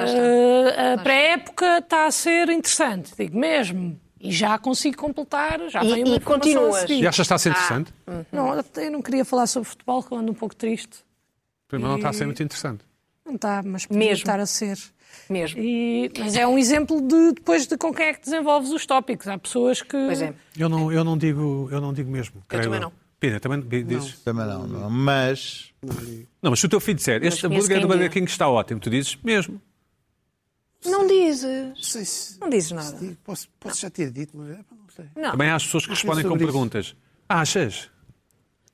Speaker 5: eh, a pré-época está a ser interessante, digo mesmo, e já consigo completar, já
Speaker 6: E-
Speaker 5: vem uma
Speaker 6: e
Speaker 5: informação
Speaker 6: continuas. Uhum.
Speaker 5: a seguir.
Speaker 1: E achas que está a ser interessante?
Speaker 5: Não, eu não queria falar sobre futebol, que eu ando um pouco triste.
Speaker 1: Primeiro, não está a ser muito interessante.
Speaker 5: Não está, mas podia
Speaker 6: Mesmo.
Speaker 5: estar a ser.
Speaker 6: Mesmo.
Speaker 5: E- mas é um exemplo de depois de com quem é que desenvolves os tópicos. Há pessoas que.
Speaker 6: Pois é.
Speaker 1: Eu não, eu não, digo, eu não digo mesmo. creio
Speaker 6: também não.
Speaker 1: Pina, também dizes?
Speaker 3: Também não, não. Mas
Speaker 1: Não, mas se o teu filho disser, este
Speaker 6: conheço
Speaker 1: hambúrguer
Speaker 6: quem
Speaker 1: do Burger
Speaker 6: diga.
Speaker 1: King está ótimo, tu dizes mesmo.
Speaker 6: Não dizes.
Speaker 2: Não sei se.
Speaker 6: Não dizes
Speaker 2: se
Speaker 6: nada.
Speaker 2: digo, Posso, posso já ter dito, mas é, pá, não sei.
Speaker 6: Não.
Speaker 1: Também há as pessoas que respondem com
Speaker 2: sobre isso.
Speaker 1: perguntas. Ah, achas?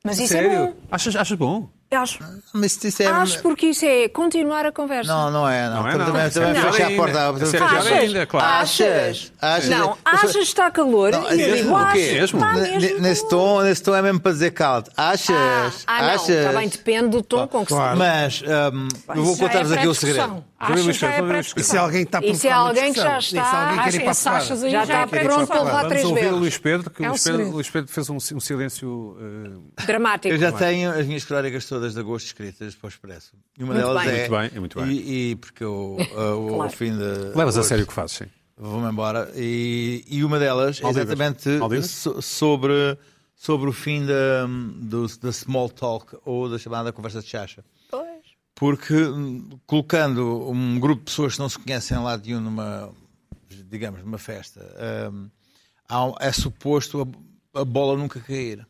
Speaker 6: Mas isso é
Speaker 1: Sério?
Speaker 6: bom.
Speaker 1: Achas, achas bom?
Speaker 6: Acho.
Speaker 3: Mas isso é...
Speaker 6: Acho porque isso é continuar a conversa.
Speaker 3: Não, não é, não.
Speaker 1: Não é,
Speaker 3: Também-
Speaker 1: não.
Speaker 3: Também,
Speaker 1: Isso é pior
Speaker 3: fecha a
Speaker 1: ainda.
Speaker 3: porta.
Speaker 1: Isso é pior
Speaker 6: Achas?
Speaker 1: ainda, claro.
Speaker 6: Achas?
Speaker 3: Achas?
Speaker 6: Não,
Speaker 3: Achas?
Speaker 6: achas que está calor?
Speaker 3: Não,
Speaker 6: e eu
Speaker 3: mesmo?
Speaker 6: digo,
Speaker 3: O
Speaker 6: acho,
Speaker 3: quê?
Speaker 1: Mesmo?
Speaker 6: está
Speaker 3: Ne- ne-
Speaker 6: mesmo.
Speaker 3: Nesse tom, nesse tom é mesmo para dizer cala-te.
Speaker 6: Ah,
Speaker 3: Achas?
Speaker 6: ah, não,
Speaker 3: Achas?
Speaker 6: está bem, depende do tom com que se
Speaker 3: Mas hum, eu vou
Speaker 5: Já é
Speaker 3: contar-vos aqui o
Speaker 5: pré-discussão.
Speaker 3: segredo.
Speaker 5: Achas
Speaker 1: Luís
Speaker 5: já é
Speaker 1: Cardoso,
Speaker 2: E se
Speaker 5: pré-discussão.
Speaker 2: alguém está a
Speaker 6: E se
Speaker 2: provocar uma
Speaker 6: é alguém que
Speaker 2: discussão?
Speaker 6: já
Speaker 2: E se
Speaker 6: está-
Speaker 2: alguém quer
Speaker 5: Acho
Speaker 2: ir
Speaker 5: que
Speaker 2: para a
Speaker 5: essas
Speaker 2: porrada?
Speaker 5: achas aí
Speaker 6: Já
Speaker 5: já,
Speaker 6: está
Speaker 5: é
Speaker 6: pronto
Speaker 5: pré-discussão.
Speaker 6: para levar
Speaker 1: Vamos
Speaker 6: três
Speaker 1: ouvir
Speaker 6: vezes.
Speaker 1: o Luís Pedro, que o
Speaker 5: É um
Speaker 1: Luís Pedro,
Speaker 5: segredo.
Speaker 1: Luís Pedro fez um, um silêncio. eh,
Speaker 6: Dramático.
Speaker 3: Eu já tenho as minhas crónicas todas de agosto escritas para o Expresso. E uma
Speaker 6: Muito
Speaker 3: delas
Speaker 6: bem.
Speaker 3: é.
Speaker 1: Muito bem, é muito bem.
Speaker 3: E, e porque eu, ao- ao
Speaker 6: Claro.
Speaker 3: fim de.
Speaker 1: levas a
Speaker 3: agosto,
Speaker 1: sério o que fazes, sim.
Speaker 3: Vou-me embora. E, e uma delas é
Speaker 1: Maldivas.
Speaker 3: exatamente
Speaker 1: Maldivas?
Speaker 3: so- sobre, sobre o fim da, do- da small talk ou da chamada conversa de chacha.
Speaker 6: Pois.
Speaker 3: Porque hum, colocando um grupo de pessoas que não se conhecem lá de um numa, digamos, numa festa, hum, há um- é suposto a, a bola nunca cair.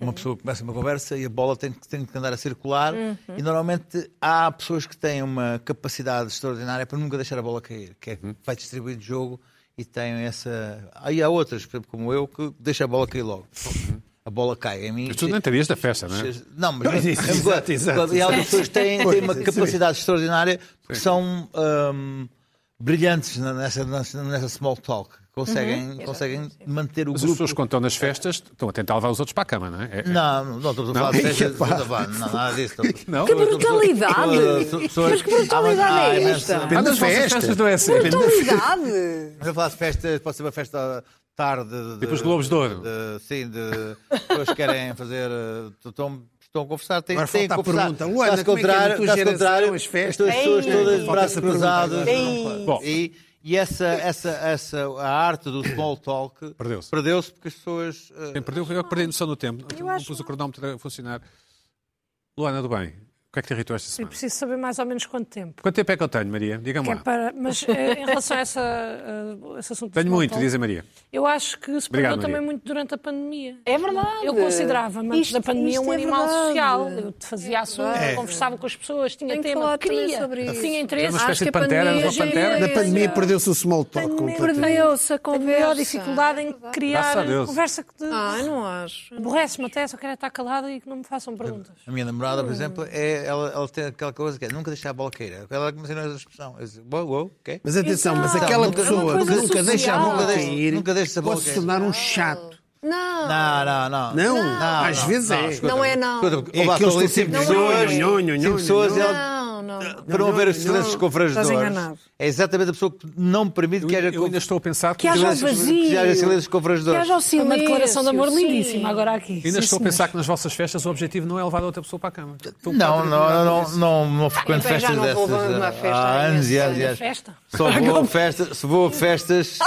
Speaker 3: Uma pessoa começa uma conversa e a bola tem, que- tem que andar a circular e normalmente há pessoas que têm uma capacidade extraordinária para nunca deixar a bola cair, que é que vai distribuir de jogo e têm essa... Aí há outras, por exemplo, como eu, que deixa a bola cair logo. A bola cai em mim.
Speaker 1: Mas tu nem terias da festa, não é?
Speaker 3: Não, mas
Speaker 2: Pois, isso, exato, exato,
Speaker 3: e há
Speaker 2: exato.
Speaker 3: outras pessoas que têm, têm uma capacidade extraordinária porque são hum, brilhantes na- nessa, nessa, nessa small talk. Conseguem, conseguem manter o
Speaker 1: Mas as
Speaker 3: grupo.
Speaker 1: pessoas quando estão nas festas estão a tentar levar os outros para a cama, não é? é? é-
Speaker 3: Não, não estamos a falar de festas.
Speaker 2: Epá.
Speaker 3: Não, não, nada disso.
Speaker 1: Não?
Speaker 6: Que brutalidade!
Speaker 3: Pessoas- pessoas-
Speaker 6: Mas que brutalidade
Speaker 3: Ah,
Speaker 6: é
Speaker 3: imenso.
Speaker 6: esta?
Speaker 1: Ah, nas
Speaker 2: Depende da
Speaker 1: vossas
Speaker 2: festa.
Speaker 1: festas assim. do ESC.
Speaker 6: Brutalidade!
Speaker 3: Estamos a falar de festas, pode ser uma festa tarde. De,
Speaker 1: Tipo os Globos de Ouro.
Speaker 3: de- sim, de pessoas que querem fazer. eh, Estão, estão a conversar, têm,
Speaker 2: Agora
Speaker 3: têm
Speaker 2: falta a
Speaker 3: conversar.
Speaker 2: pergunta. Luana,
Speaker 3: Está-se
Speaker 2: como é que é na
Speaker 3: contrário,
Speaker 2: tua
Speaker 3: está-se
Speaker 2: geração
Speaker 3: contrário,
Speaker 2: as festas?
Speaker 3: Estas pessoas
Speaker 6: Ei.
Speaker 3: todas de
Speaker 2: Falta
Speaker 3: braços
Speaker 2: essa pergunta
Speaker 3: cruzados.
Speaker 2: agora.
Speaker 6: Ei.
Speaker 3: não-
Speaker 1: Bom.
Speaker 3: E, e essa, essa, essa, a arte do small talk
Speaker 1: Perdeu-se.
Speaker 3: perdeu-se porque as pessoas. eh,
Speaker 1: Quem perdeu, eu que perdi a noção do tempo. não pus o cronómetro a funcionar. Luana, do bem, o que é que te irritou esta
Speaker 5: Eu
Speaker 1: semana?
Speaker 5: preciso saber mais ou menos quanto tempo.
Speaker 1: Quanto tempo é que eu tenho, Maria? Diga-me
Speaker 5: Que é
Speaker 1: lá.
Speaker 5: para- mas eh, em relação a essa, eh, esse assunto. do
Speaker 1: Tenho
Speaker 5: small
Speaker 1: muito,
Speaker 5: talk,
Speaker 1: diz a Maria.
Speaker 5: Eu acho que se perdeu
Speaker 1: Obrigado, Maria.
Speaker 5: também muito durante a pandemia.
Speaker 6: É verdade.
Speaker 5: Eu considerava-me antes
Speaker 6: Isto-
Speaker 5: da pandemia
Speaker 6: isto
Speaker 5: um
Speaker 6: é
Speaker 5: animal
Speaker 6: verdade. É
Speaker 5: social. Eu fazia assuntos,
Speaker 2: verdade.
Speaker 5: conversava com as pessoas, tinha
Speaker 6: Tenho que
Speaker 5: tema,
Speaker 6: falar também
Speaker 5: queria,
Speaker 6: sobre isso.
Speaker 5: tinha
Speaker 1: Uma
Speaker 5: interesse. Ah,
Speaker 1: espécie
Speaker 6: Acho
Speaker 1: de
Speaker 6: que a
Speaker 1: pantera,
Speaker 6: pandemia
Speaker 1: uma pantera.
Speaker 2: Na
Speaker 6: é-
Speaker 2: pandemia perdeu-se o small talk completamente.
Speaker 6: Perdeu-se a
Speaker 5: Tenho
Speaker 6: conversa. É
Speaker 5: maior dificuldade em criar
Speaker 1: Graças a Deus.
Speaker 5: conversa que te
Speaker 6: Ah, não acho.
Speaker 5: aborrece-me até, só quero é estar calada e que não me façam perguntas.
Speaker 3: A minha namorada, por exemplo, é, ela, ela tem aquela coisa que é nunca deixar a bola cair. Ela é começou essa expressão. Eu disse, uou, uou, ok.
Speaker 2: Mas atenção, mas
Speaker 3: Então,
Speaker 2: aquela
Speaker 3: nunca-
Speaker 2: pessoa
Speaker 3: nunca-
Speaker 2: que
Speaker 3: nunca
Speaker 2: nunca deixa a
Speaker 3: social.
Speaker 2: bola
Speaker 3: Nunca
Speaker 2: cair
Speaker 3: deixa- nunca deixa a bola
Speaker 2: pode se
Speaker 3: cair.
Speaker 2: tornar um chato.
Speaker 6: Não.
Speaker 3: Não, não, não.
Speaker 2: Não,
Speaker 3: Não,
Speaker 2: às
Speaker 3: não,
Speaker 2: vezes é.
Speaker 3: escuta,
Speaker 6: Não é não.
Speaker 3: escuta,
Speaker 2: É aqueles
Speaker 3: opa, estão ali
Speaker 2: que sempre
Speaker 3: cinco
Speaker 2: dizem,
Speaker 3: pessoas,
Speaker 2: nhon, nhon,
Speaker 3: cinco
Speaker 2: nhon,
Speaker 3: pessoas,
Speaker 2: nhon.
Speaker 3: ela-
Speaker 6: Não, não.
Speaker 3: para não haver os
Speaker 2: nhon,
Speaker 3: silêncios
Speaker 2: nhon.
Speaker 6: Estás
Speaker 3: confrangedores,
Speaker 6: enganado.
Speaker 3: é exatamente a pessoa que não permite
Speaker 1: Eu,
Speaker 3: que haja
Speaker 1: eu ainda estou a pensar que,
Speaker 6: Que haja o
Speaker 3: silêncios- que haja
Speaker 6: vazio.
Speaker 3: silêncios
Speaker 6: Que
Speaker 3: confrangedores.
Speaker 6: haja o
Speaker 5: Foi
Speaker 6: silêncio.
Speaker 5: uma declaração de amor
Speaker 6: sim.
Speaker 5: lindíssima agora aqui.
Speaker 1: ainda
Speaker 5: Sim,
Speaker 1: estou a
Speaker 5: senhor.
Speaker 1: pensar que nas vossas festas o objetivo não é levar outra pessoa para a cama. Estou um
Speaker 3: Não,
Speaker 1: bocado
Speaker 3: não,
Speaker 1: irritado
Speaker 3: não,
Speaker 1: com isso.
Speaker 3: não, não frequento
Speaker 6: bem, já
Speaker 3: festas
Speaker 6: não
Speaker 3: dessas. Ah,
Speaker 6: vou a uma festa
Speaker 3: há anos e
Speaker 6: imensa.
Speaker 3: anos e anos.
Speaker 5: Festa.
Speaker 3: Só vou a festas, se vou a festas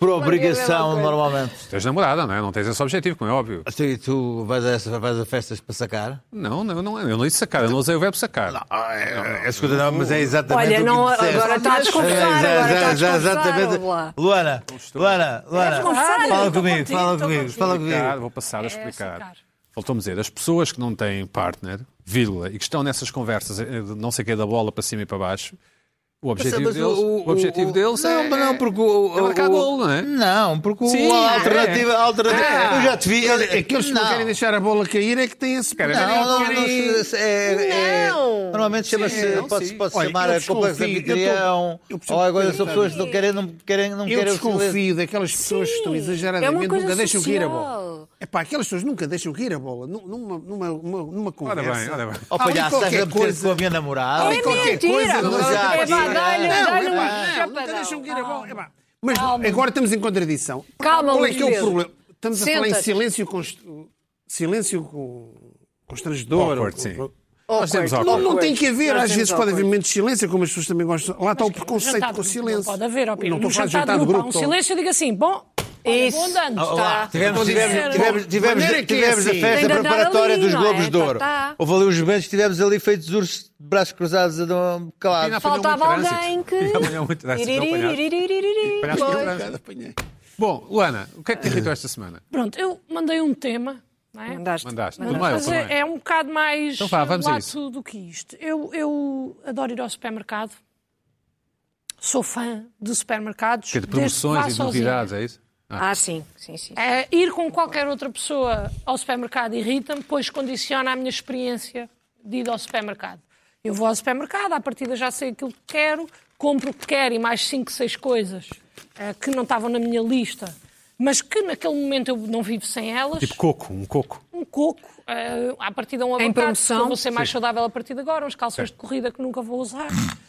Speaker 3: por obrigação normalmente.
Speaker 1: Tens namorada, não é? Não tens esse objetivo, como é óbvio.
Speaker 3: Tu, Então, e tu vais a, essa- vais a festas para sacar?
Speaker 1: Não, não, não, eu não disse sacar, eu não usei o verbo sacar.
Speaker 3: é, escuta, não, mas é exatamente
Speaker 6: Olha,
Speaker 3: o que
Speaker 6: não,
Speaker 3: disseste. É,
Speaker 6: agora está a desconfiar, É agora está a desconfiar. vá lá.
Speaker 3: Luana, Luana, Luana,
Speaker 5: confessar?
Speaker 3: fala
Speaker 5: Estou
Speaker 3: comigo,
Speaker 5: contigo,
Speaker 3: fala
Speaker 5: estou
Speaker 3: comigo,
Speaker 5: contigo.
Speaker 3: fala
Speaker 1: Explicar,
Speaker 3: comigo.
Speaker 1: vou passar a explicar.
Speaker 5: sacar.
Speaker 1: Faltou-me dizer, as pessoas que não têm partner, vírgula, e que estão nessas conversas, eh, de não sei o que, da bola para cima e para baixo, o objetivo
Speaker 3: Mas
Speaker 1: deles, o, objetivo deles
Speaker 3: não,
Speaker 1: é...
Speaker 3: mas não, porque o,
Speaker 1: é marcar
Speaker 3: o-
Speaker 1: golo, não é?
Speaker 3: Não, porque o-
Speaker 1: Sim,
Speaker 3: a
Speaker 1: é.
Speaker 3: alternativa, a alternativa, eu já te vi,
Speaker 2: Aqueles é que não querem deixar a bola cair é que têm esse
Speaker 1: Querem-
Speaker 3: Não, não, não,
Speaker 1: querem-
Speaker 3: não, é- é-
Speaker 6: Não.
Speaker 3: normalmente chama-se,
Speaker 1: não,
Speaker 3: pode-se
Speaker 1: sim.
Speaker 3: pode
Speaker 2: Olha,
Speaker 3: chamar
Speaker 2: eu
Speaker 3: a complexo
Speaker 2: desconfio, eu tô-
Speaker 3: anfitrião,
Speaker 2: eu preciso
Speaker 3: ou agora
Speaker 2: de
Speaker 3: são pessoas que não querem, não querem, não
Speaker 2: Eu
Speaker 3: querem o silêncio.
Speaker 2: desconfio daquelas pessoas que estão
Speaker 6: Sim, é uma
Speaker 2: exageradamente,
Speaker 6: coisa
Speaker 2: nunca deixam cair a
Speaker 6: social.
Speaker 2: bola. É pá, aquelas pessoas nunca deixam cair a bola. Num- Numa, numa, numa, numa
Speaker 1: Ora
Speaker 2: conversa.
Speaker 1: bem, ora bem.
Speaker 3: Ó
Speaker 2: Há ali
Speaker 3: palhaço, estás a
Speaker 2: qualquer
Speaker 3: meter com a
Speaker 2: coisa.
Speaker 3: minha namorada.
Speaker 2: Ali qualquer
Speaker 6: É Mentira!
Speaker 2: coisa, não é
Speaker 3: já,
Speaker 6: É vá,
Speaker 3: sim.
Speaker 6: dá-lhe
Speaker 2: Não,
Speaker 6: dá-lhe
Speaker 2: epá, não,
Speaker 6: um
Speaker 2: nunca deixam
Speaker 6: chapadão.
Speaker 2: cair a bola. epá. Mas agora estamos em contradição.
Speaker 6: Calma,
Speaker 2: Qual é
Speaker 6: Luís
Speaker 2: que é o
Speaker 6: Pedro.
Speaker 2: problema? Estamos a falar em
Speaker 6: Senta-te.
Speaker 2: silêncio, const... silêncio com... constrangedor.
Speaker 1: Awkward,
Speaker 2: ou-
Speaker 1: sim.
Speaker 2: ou-
Speaker 1: Nós temos
Speaker 6: Awkward.
Speaker 2: Não,
Speaker 1: awkward.
Speaker 2: não tem que haver,
Speaker 6: Nós
Speaker 2: às
Speaker 6: temos
Speaker 2: vezes pode
Speaker 6: awkward.
Speaker 2: haver momentos de silêncio, como as pessoas também gostam. Lá está o
Speaker 5: Mas que é um
Speaker 2: preconceito
Speaker 5: jantar
Speaker 2: com o
Speaker 5: de grupo,
Speaker 2: silêncio.
Speaker 5: Não pode haver, ó, Pedro.
Speaker 2: Não estou a
Speaker 5: Um
Speaker 2: falar de
Speaker 5: jantar
Speaker 2: jantar de grupo.
Speaker 5: há um
Speaker 2: estou-
Speaker 5: silêncio e digo assim, bom, olha,
Speaker 6: Isso.
Speaker 5: bom andando.
Speaker 3: Ó, lá, Tivemos,
Speaker 2: Vamos
Speaker 3: tivemos,
Speaker 2: dizer-
Speaker 3: tivemos,
Speaker 2: Bom,
Speaker 3: tivemos,
Speaker 2: maneira que é
Speaker 3: tivemos
Speaker 2: assim.
Speaker 3: a festa
Speaker 6: Tem de andar
Speaker 3: preparatória
Speaker 6: ali,
Speaker 3: dos
Speaker 6: não
Speaker 3: Globos
Speaker 6: é?
Speaker 3: de Ouro.
Speaker 6: Tá, tá.
Speaker 3: Houve ali os momentos, tivemos ali feitos ursos de braços cruzados a dar um-
Speaker 1: Afinal,
Speaker 3: calados.
Speaker 1: apanhou
Speaker 6: Faltava
Speaker 1: muito trânsito.
Speaker 6: alguém que-
Speaker 1: Afinal, apanhou muito trânsito, não apanhaste.
Speaker 6: Iriririririririri.
Speaker 1: Apanhaste
Speaker 6: Pois.
Speaker 1: muito trânsito. Bom, Luana, o que é que te irritou esta semana?
Speaker 5: Pronto, eu mandei um tema, não é?
Speaker 6: Mandaste.
Speaker 1: Mandaste. No mail
Speaker 5: Mas
Speaker 1: também.
Speaker 5: é, é um bocado mais
Speaker 1: Então vá, vamos a isso.
Speaker 5: lato do que isto. Eu, eu adoro ir ao supermercado. Sou fã de supermercados.
Speaker 1: Que é de
Speaker 5: desde que vá
Speaker 1: promoções e de
Speaker 5: sozinha.
Speaker 1: novidades, é isso?
Speaker 6: Ah, sim, sim, sim.
Speaker 5: Eh, ir com qualquer outra pessoa ao supermercado irrita-me, pois condiciona a minha experiência de ir ao supermercado. Eu vou ao supermercado, à partida já sei aquilo que quero, compro o que quero e mais cinco, seis coisas eh, que não estavam na minha lista, mas que naquele momento eu não vivo sem elas.
Speaker 1: Tipo coco, um coco.
Speaker 5: Um coco, eh, à partida um abacate, que
Speaker 6: promoção.
Speaker 5: eu vou ser mais saudável a partir de agora, uns calções de corrida que nunca vou usar.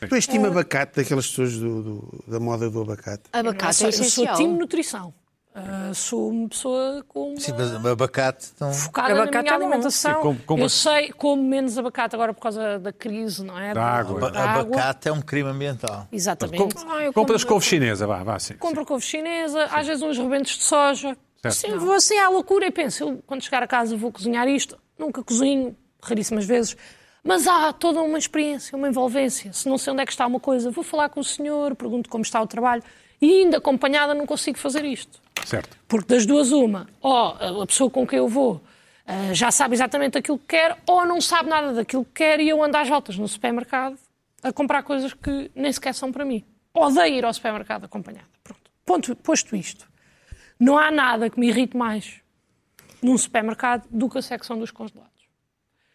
Speaker 2: Tu és time abacate daquelas pessoas do- do- da moda do abacate.
Speaker 5: Eu
Speaker 6: Abacate
Speaker 5: sou-
Speaker 6: é
Speaker 5: eu sou
Speaker 6: essencial.
Speaker 5: time nutrição. Eh, sou uma pessoa com uma
Speaker 3: Sim, mas abacate então, não.
Speaker 5: focada na
Speaker 6: Abacate
Speaker 5: minha
Speaker 6: é bom.
Speaker 5: alimentação.
Speaker 1: Sim, como- como
Speaker 5: eu
Speaker 1: as-
Speaker 5: sei, como menos abacate agora por causa da crise, não é?
Speaker 1: Da água.
Speaker 5: da água.
Speaker 3: Abacate é um crime ambiental.
Speaker 5: Exatamente.
Speaker 6: Ah, eu
Speaker 1: Compras
Speaker 6: como-
Speaker 1: couve chinesa, vá, vá, sim.
Speaker 5: Compro couve chinesa, às vezes uns rebentos de soja.
Speaker 1: Certo.
Speaker 5: Sim, vou assim à loucura e penso, eu, quando chegar a casa vou cozinhar isto. Nunca cozinho, raríssimas vezes. Mas há toda uma experiência, uma envolvência. Se não sei onde é que está uma coisa, vou falar com o senhor, pergunto como está o trabalho. E ainda acompanhada não consigo fazer isto.
Speaker 1: Certo.
Speaker 5: Porque das duas, uma, ou a pessoa com quem eu vou ah, já sabe exatamente aquilo que quer, ou não sabe nada daquilo que quer e eu ando às voltas no supermercado a comprar coisas que nem sequer são para mim. Odeio ir ao supermercado acompanhada. Pronto. Ponto- posto isto, não há nada que me irrite mais num supermercado do que a secção dos congelados.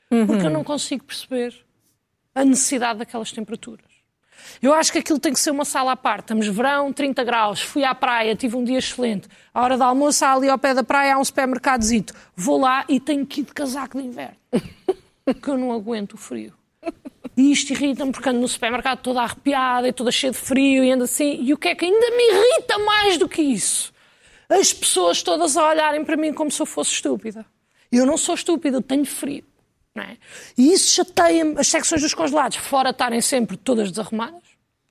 Speaker 5: Porque eu não consigo perceber a necessidade daquelas temperaturas. Eu acho que aquilo tem que ser uma sala à parte. Estamos verão, 30 graus, fui à praia, tive um dia excelente. À hora da almoço, há ali ao pé da praia há um supermercadozito. Vou lá e tenho que ir de casaco de inverno. Porque eu não aguento o frio. E isto irrita-me porque ando no supermercado toda arrepiada e toda cheia de frio e ando assim. E o que é que ainda me irrita mais do que isso? As pessoas todas a olharem para mim como se eu fosse estúpida. Eu não sou estúpida, eu tenho frio. Não é? E isso chateia-me. As secções dos congelados, fora estarem sempre todas desarrumadas,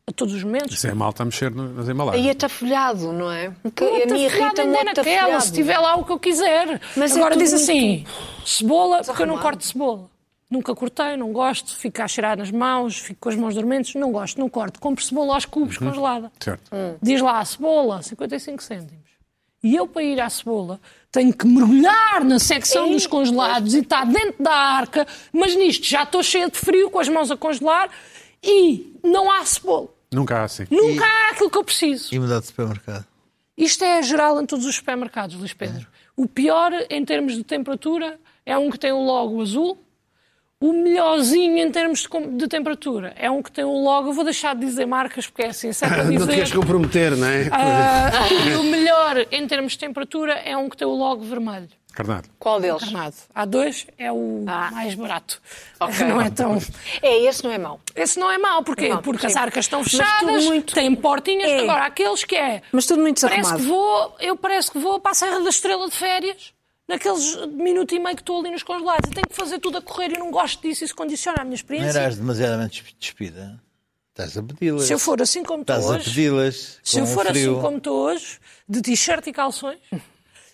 Speaker 5: a todos os momentos.
Speaker 1: Isso é mal, está a mexer no- nas embalagens.
Speaker 6: E atafolhado, não é? Que
Speaker 5: Não,
Speaker 6: a mim
Speaker 5: tafelhado
Speaker 6: irrita-me
Speaker 5: ainda
Speaker 6: o
Speaker 5: naquela, se
Speaker 6: atafolhado.
Speaker 5: tiver lá o que eu quiser.
Speaker 6: Mas é
Speaker 5: Agora
Speaker 6: tudo
Speaker 5: diz
Speaker 6: muito
Speaker 5: assim, cebola, porque eu não
Speaker 6: desarrumado.
Speaker 5: corto cebola. Nunca cortei, não gosto, fico a cheirar nas mãos, fico com as mãos dormentes, não gosto, não corto. Compro cebola aos cubos congelada.
Speaker 1: Certo.
Speaker 6: Hum.
Speaker 5: Diz lá, cebola, 55 cêntimos. E eu, para ir à cebola, tenho que mergulhar na secção dos congelados e está dentro da arca, mas nisto já estou cheia de frio, com as mãos a congelar e não há cebola.
Speaker 1: Nunca há assim.
Speaker 5: Nunca há aquilo que eu preciso.
Speaker 3: E mudar de supermercado.
Speaker 5: Isto é geral em todos os supermercados, Luís Pedro. O pior em termos de temperatura é um que tem o logo azul. O melhorzinho em termos de, com- de temperatura é um que tem o logo. Eu vou deixar de dizer marcas porque é assim, sempre a
Speaker 2: Não te queres
Speaker 5: dizer.
Speaker 2: comprometer, não é?
Speaker 5: Ah, e o melhor em termos de temperatura é um que tem o logo vermelho.
Speaker 1: Carnado.
Speaker 6: Qual deles?
Speaker 5: Carnado. Há dois, é o
Speaker 6: Ah.
Speaker 5: mais barato.
Speaker 6: Ok.
Speaker 5: Não é tão.
Speaker 6: É, esse não é mau.
Speaker 5: Esse não é mau, porquê?
Speaker 6: Não,
Speaker 5: Porque
Speaker 6: sim.
Speaker 5: as arcas estão
Speaker 6: Mas tudo
Speaker 5: fechadas,
Speaker 6: muito-
Speaker 5: têm portinhas.
Speaker 6: É.
Speaker 5: Agora, aqueles que é.
Speaker 6: Mas tudo muito
Speaker 5: Parece que
Speaker 6: desarrumado.
Speaker 5: vou, eu parece que vou para a Serra da Estrela de férias, naqueles minuto e meio que estou ali nos congelados. E tenho que fazer tudo a correr e não gosto disso, isso condiciona a minha
Speaker 3: Não
Speaker 5: experiência.
Speaker 3: eras demasiadamente desp- despida. Estás a pedi-las.
Speaker 5: Se eu for assim como estou
Speaker 3: Estás a
Speaker 5: hoje,
Speaker 3: pedi-las.
Speaker 5: se
Speaker 3: com
Speaker 5: eu for
Speaker 3: frio.
Speaker 5: assim como estou hoje, de t-shirt e calções,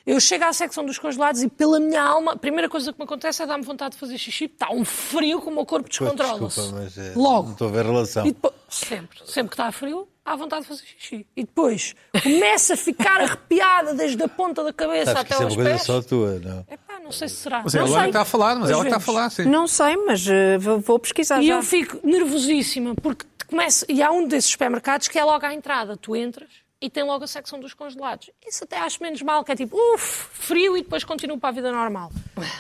Speaker 5: eu chego à secção dos congelados e pela minha alma, a primeira coisa que me acontece é dar-me vontade de fazer xixi, está um frio que o meu corpo
Speaker 3: Pois,
Speaker 5: descontrola-se.
Speaker 3: Desculpa, mas eh,
Speaker 5: Logo.
Speaker 3: não estou a ver relação.
Speaker 5: E depois, sempre, sempre que está frio, há vontade de fazer xixi. E depois começa a ficar arrepiada desde a ponta da cabeça
Speaker 3: Sabes que
Speaker 5: até
Speaker 3: isso é
Speaker 5: aos
Speaker 3: uma coisa
Speaker 5: pés.
Speaker 3: só tua, não? é?
Speaker 5: Epá, não sei se será.
Speaker 1: Mas é
Speaker 5: não
Speaker 1: ela que
Speaker 5: sei.
Speaker 1: está a falar, mas
Speaker 5: Às
Speaker 1: ela que está a
Speaker 5: vezes.
Speaker 1: falar, sim.
Speaker 6: Não sei, mas eh, vou- vou pesquisar
Speaker 5: E
Speaker 6: já.
Speaker 5: eu fico nervosíssima, porque começa, e há um desses supermercados que é logo à entrada. Tu entras e tem logo a secção dos congelados. Isso até acho menos mal, que é tipo, uff, frio e depois continuo para a vida normal.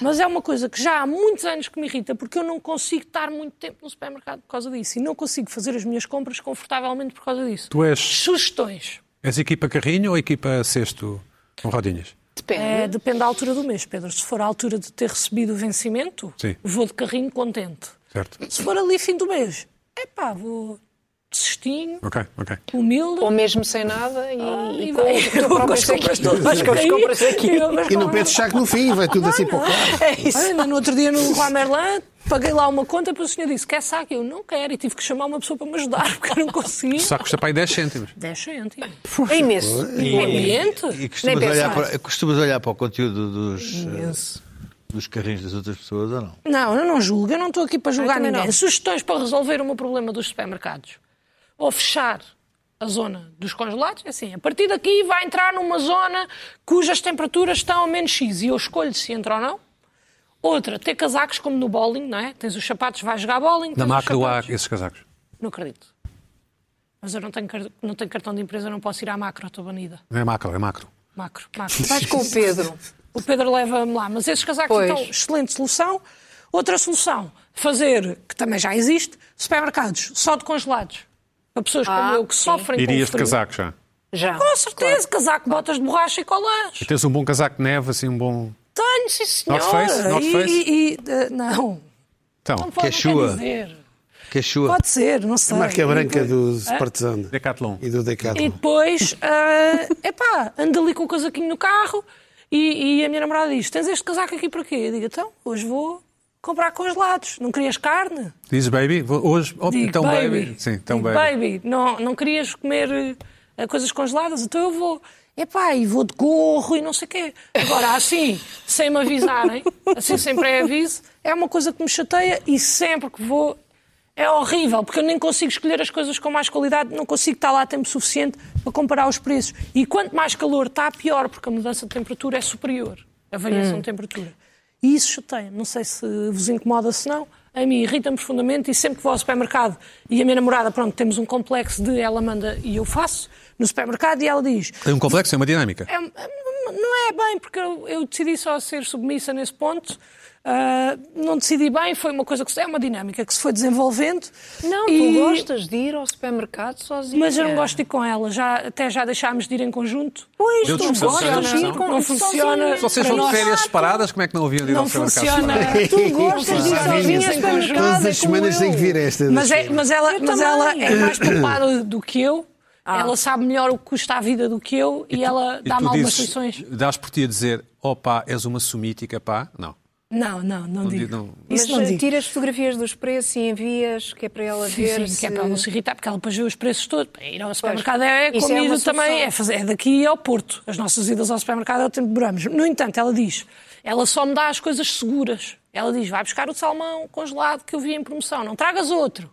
Speaker 5: Mas é uma coisa que já há muitos anos que me irrita, porque eu não consigo estar muito tempo no supermercado por causa disso. E não consigo fazer as minhas compras confortavelmente por causa disso.
Speaker 1: Tu és,
Speaker 5: Sugestões.
Speaker 1: és equipa carrinho ou equipa cesto com rodinhas?
Speaker 6: Depende.
Speaker 5: É, depende da altura do mês, Pedro. Se for a altura de ter recebido o vencimento,
Speaker 1: Sim.
Speaker 5: vou de carrinho contente.
Speaker 1: Certo.
Speaker 5: Se for ali fim do mês, é pá, vou de cestinho,
Speaker 1: Ok, ok.
Speaker 5: humilde.
Speaker 6: Ou mesmo sem nada e, Ah, e com,
Speaker 5: vai-
Speaker 6: tu próprias compras todas, com as É compras aqui.
Speaker 2: E não pedes saco no fim, vai tudo assim para o carro.
Speaker 6: É isso.
Speaker 5: Ainda no outro dia no Juan Merlin, paguei lá uma conta, depois o senhor disse: quer saco? Eu não quero. E tive que chamar uma pessoa para me ajudar, porque eu não consegui.
Speaker 1: Só custa para aí 10 cêntimos.
Speaker 5: 10 cêntimos.
Speaker 6: É imenso.
Speaker 3: E,
Speaker 6: É imenso.
Speaker 5: Ambiente?
Speaker 3: e costumas,
Speaker 6: Nem
Speaker 3: olhar
Speaker 6: pensar.
Speaker 3: para, costumas olhar para o conteúdo dos, eh, dos carrinhos das outras pessoas ou não?
Speaker 5: Não, eu não julgo, eu não estou aqui para julgar
Speaker 6: também
Speaker 5: ninguém.
Speaker 6: não.
Speaker 5: Sugestões para resolver o meu problema dos supermercados. Ou fechar a zona dos congelados, é assim, a partir daqui vai entrar numa zona cujas temperaturas estão a menos X e eu escolho se entra ou não. Outra, ter casacos como no bowling, não é? Tens os sapatos, vais jogar bowling.
Speaker 1: Na
Speaker 5: tens os
Speaker 1: macro há
Speaker 5: sapatos.
Speaker 1: esses casacos.
Speaker 5: Não acredito. Mas eu não tenho, car- não tenho cartão de empresa, não posso ir à macro, estou banida.
Speaker 1: Não é macro, é macro.
Speaker 5: Macro, macro.
Speaker 6: Vais com o Pedro.
Speaker 5: O Pedro leva-me lá. Mas esses casacos
Speaker 6: Pois.
Speaker 5: então, excelente solução. Outra solução, fazer, que também já existe, supermercados só de congelados. Para pessoas
Speaker 4: Ah,
Speaker 5: como eu que
Speaker 4: sim.
Speaker 5: sofrem
Speaker 1: Irias de
Speaker 5: com o frio.
Speaker 1: casaco já.
Speaker 4: Já.
Speaker 5: Com certeza, casaco, botas de borracha e colãs.
Speaker 1: E tens um bom casaco de neve, assim, um bom.
Speaker 5: Tenho, sim senhora.
Speaker 1: North Face?
Speaker 5: E-
Speaker 1: North Face?
Speaker 5: e- e, eh, não,
Speaker 4: é
Speaker 1: Então,
Speaker 5: não pode não
Speaker 3: Quechua.
Speaker 5: quer dizer.
Speaker 3: Quechua.
Speaker 5: Pode ser, não sei.
Speaker 1: é
Speaker 2: Marca branca do Partizan
Speaker 1: Decathlon.
Speaker 2: e do Decathlon.
Speaker 5: E depois, ah, epá, ando ali com o casaquinho no carro e, e a minha namorada diz: Tens este casaco aqui para quê? Eu digo: Então, hoje vou comprar congelados. Não querias carne?
Speaker 1: Dizes baby? Vou- Hoje. Oh,
Speaker 5: Digo,
Speaker 1: então baby. Sim, então
Speaker 5: Digo,
Speaker 1: baby.
Speaker 5: não, não querias comer eh, coisas congeladas? Então eu vou. Epá, e vou de gorro e não sei o quê. Agora, assim, sem me avisarem, assim sem pré-aviso, é uma coisa que me chateia e sempre que vou é horrível, porque eu nem consigo escolher as coisas com mais qualidade, não consigo estar lá a tempo suficiente para comparar os preços. E quanto mais calor está, pior, porque a mudança de temperatura é superior, a variação de temperatura. E isso chateia. Não sei se vos incomoda, se não. A mim irrita-me profundamente e sempre que vou ao supermercado e a minha namorada, pronto, temos um complexo de ela manda e eu faço no supermercado e ela diz.
Speaker 1: Tem um complexo, tem uma dinâmica.
Speaker 5: "É, não é bem, porque eu, eu decidi só ser submissa nesse ponto. Ah, não decidi bem, foi uma coisa que se- é uma dinâmica que se foi desenvolvendo.
Speaker 4: Não,
Speaker 5: E-
Speaker 4: tu gostas é. de ir ao supermercado sozinha.
Speaker 5: Mas eu não gosto de ir com ela, já, até já deixámos de ir em conjunto.
Speaker 4: Pois,
Speaker 1: Deu
Speaker 4: tu
Speaker 1: discussão,
Speaker 4: gostas
Speaker 1: deu
Speaker 4: de ir
Speaker 1: discussão.
Speaker 4: com
Speaker 5: Não funciona.
Speaker 1: Se vocês
Speaker 5: para
Speaker 1: vão de
Speaker 5: nós-
Speaker 1: férias separadas, como é que não haviam de ir ao
Speaker 5: um Não
Speaker 1: supermercado?
Speaker 5: funciona.
Speaker 1: separadas?
Speaker 2: é
Speaker 4: Tu gostas de ir sozinha ao supermercado.
Speaker 2: Todas
Speaker 4: é
Speaker 2: as
Speaker 4: como
Speaker 2: semanas
Speaker 4: eu.
Speaker 2: tem que vir esta.
Speaker 5: Mas, é- mas ela,
Speaker 4: Eu
Speaker 5: mas ela
Speaker 4: também.
Speaker 5: é mais poupada do que eu. Ela sabe melhor o que custa a vida do que eu e, ela
Speaker 1: E
Speaker 5: dá-me
Speaker 1: tu
Speaker 5: algumas
Speaker 1: dizes-
Speaker 5: soluções.
Speaker 1: Dás por ti a dizer, oh pá, és uma sumítica, pá. Não.
Speaker 5: Não, não, não, digo.
Speaker 1: digo, não.
Speaker 5: Isso não
Speaker 6: Mas
Speaker 5: digo.
Speaker 6: tiras fotografias dos preços e envias, que é para ela
Speaker 5: Sim,
Speaker 6: ver.
Speaker 5: sim,
Speaker 6: se...
Speaker 5: que é para ela não se irritar, porque ela depois vê os preços todos. Bem, Ir ao supermercado é
Speaker 6: Isso é
Speaker 5: comida
Speaker 6: uma solução.
Speaker 5: também, é, fazer- é daqui ao Porto. As nossas idas ao supermercado é o tempo que demoramos. No entanto, ela diz, ela só me dá as coisas seguras. Ela diz, vai buscar o salmão congelado que eu vi em promoção, não tragas outro.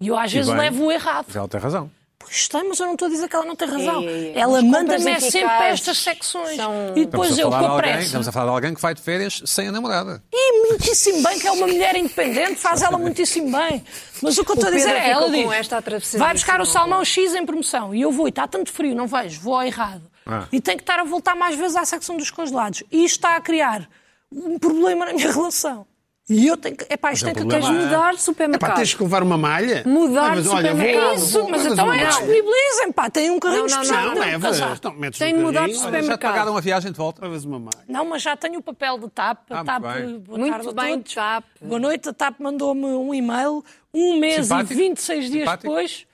Speaker 5: E eu às vezes
Speaker 1: bem.
Speaker 5: levo o errado.
Speaker 1: Mas ela tem razão.
Speaker 5: Pois está, mas eu não estou a dizer que ela não tem razão.
Speaker 6: Ei, ei,
Speaker 5: Ela
Speaker 6: mas
Speaker 5: manda-me é
Speaker 6: compras
Speaker 5: sempre para
Speaker 6: eficazes
Speaker 5: estas secções.
Speaker 6: são-
Speaker 5: E
Speaker 1: Estamos
Speaker 5: depois
Speaker 1: a
Speaker 5: eu,
Speaker 1: falar
Speaker 5: com
Speaker 1: de
Speaker 5: a
Speaker 1: alguém-
Speaker 5: pressa.
Speaker 1: Estamos a falar de alguém que vai de férias sem a namorada.
Speaker 5: E muitíssimo bem, que é uma mulher independente, faz ela muitíssimo bem. Mas o que eu estou a dizer
Speaker 6: Pedro
Speaker 5: é,
Speaker 6: ficou
Speaker 5: ela
Speaker 6: com
Speaker 5: diz,
Speaker 6: esta atravessadíssima
Speaker 5: vai buscar o
Speaker 6: agora."
Speaker 5: salmão X em promoção. E eu vou, e está tanto frio, não vejo, vou ao errado.
Speaker 1: Ah.
Speaker 5: E tenho que estar a voltar mais vezes à secção dos congelados. E isto está a criar um problema na minha relação. E eu tenho que... Epá, isto
Speaker 1: Mas é
Speaker 5: tem que...
Speaker 1: um
Speaker 6: Tens de
Speaker 1: problema,
Speaker 6: mudar de
Speaker 2: Epá,
Speaker 6: supermercado.
Speaker 2: tens que levar uma malha?
Speaker 6: Mudar
Speaker 2: Ah,
Speaker 6: de supermercado.
Speaker 2: vou-
Speaker 5: Isso,
Speaker 2: vou-
Speaker 5: mas então
Speaker 2: uma
Speaker 5: é
Speaker 2: malha.
Speaker 5: disponibilizem, pá, tem um carrinho
Speaker 6: Não, não, não,
Speaker 5: especial.
Speaker 2: Não, é
Speaker 5: tem um
Speaker 2: levas.
Speaker 5: casaco.
Speaker 2: Não, metes
Speaker 6: Tem
Speaker 2: um
Speaker 6: de mudar de
Speaker 2: bocadinho,
Speaker 1: Já
Speaker 2: olha,
Speaker 1: te
Speaker 6: supermercado.
Speaker 1: pagaram a viagem de volta.
Speaker 2: Levas uma malha.
Speaker 5: Não, mas já tenho o papel de TAP.
Speaker 1: Ah,
Speaker 5: TAP
Speaker 1: muito bem.
Speaker 5: boa
Speaker 6: Muito
Speaker 5: tarde a
Speaker 6: bem,
Speaker 5: todos.
Speaker 6: TAP.
Speaker 5: Boa noite, a TAP mandou-me um e-mail um mês
Speaker 1: Simpático.
Speaker 5: e 26 dias
Speaker 1: Simpático.
Speaker 5: depois.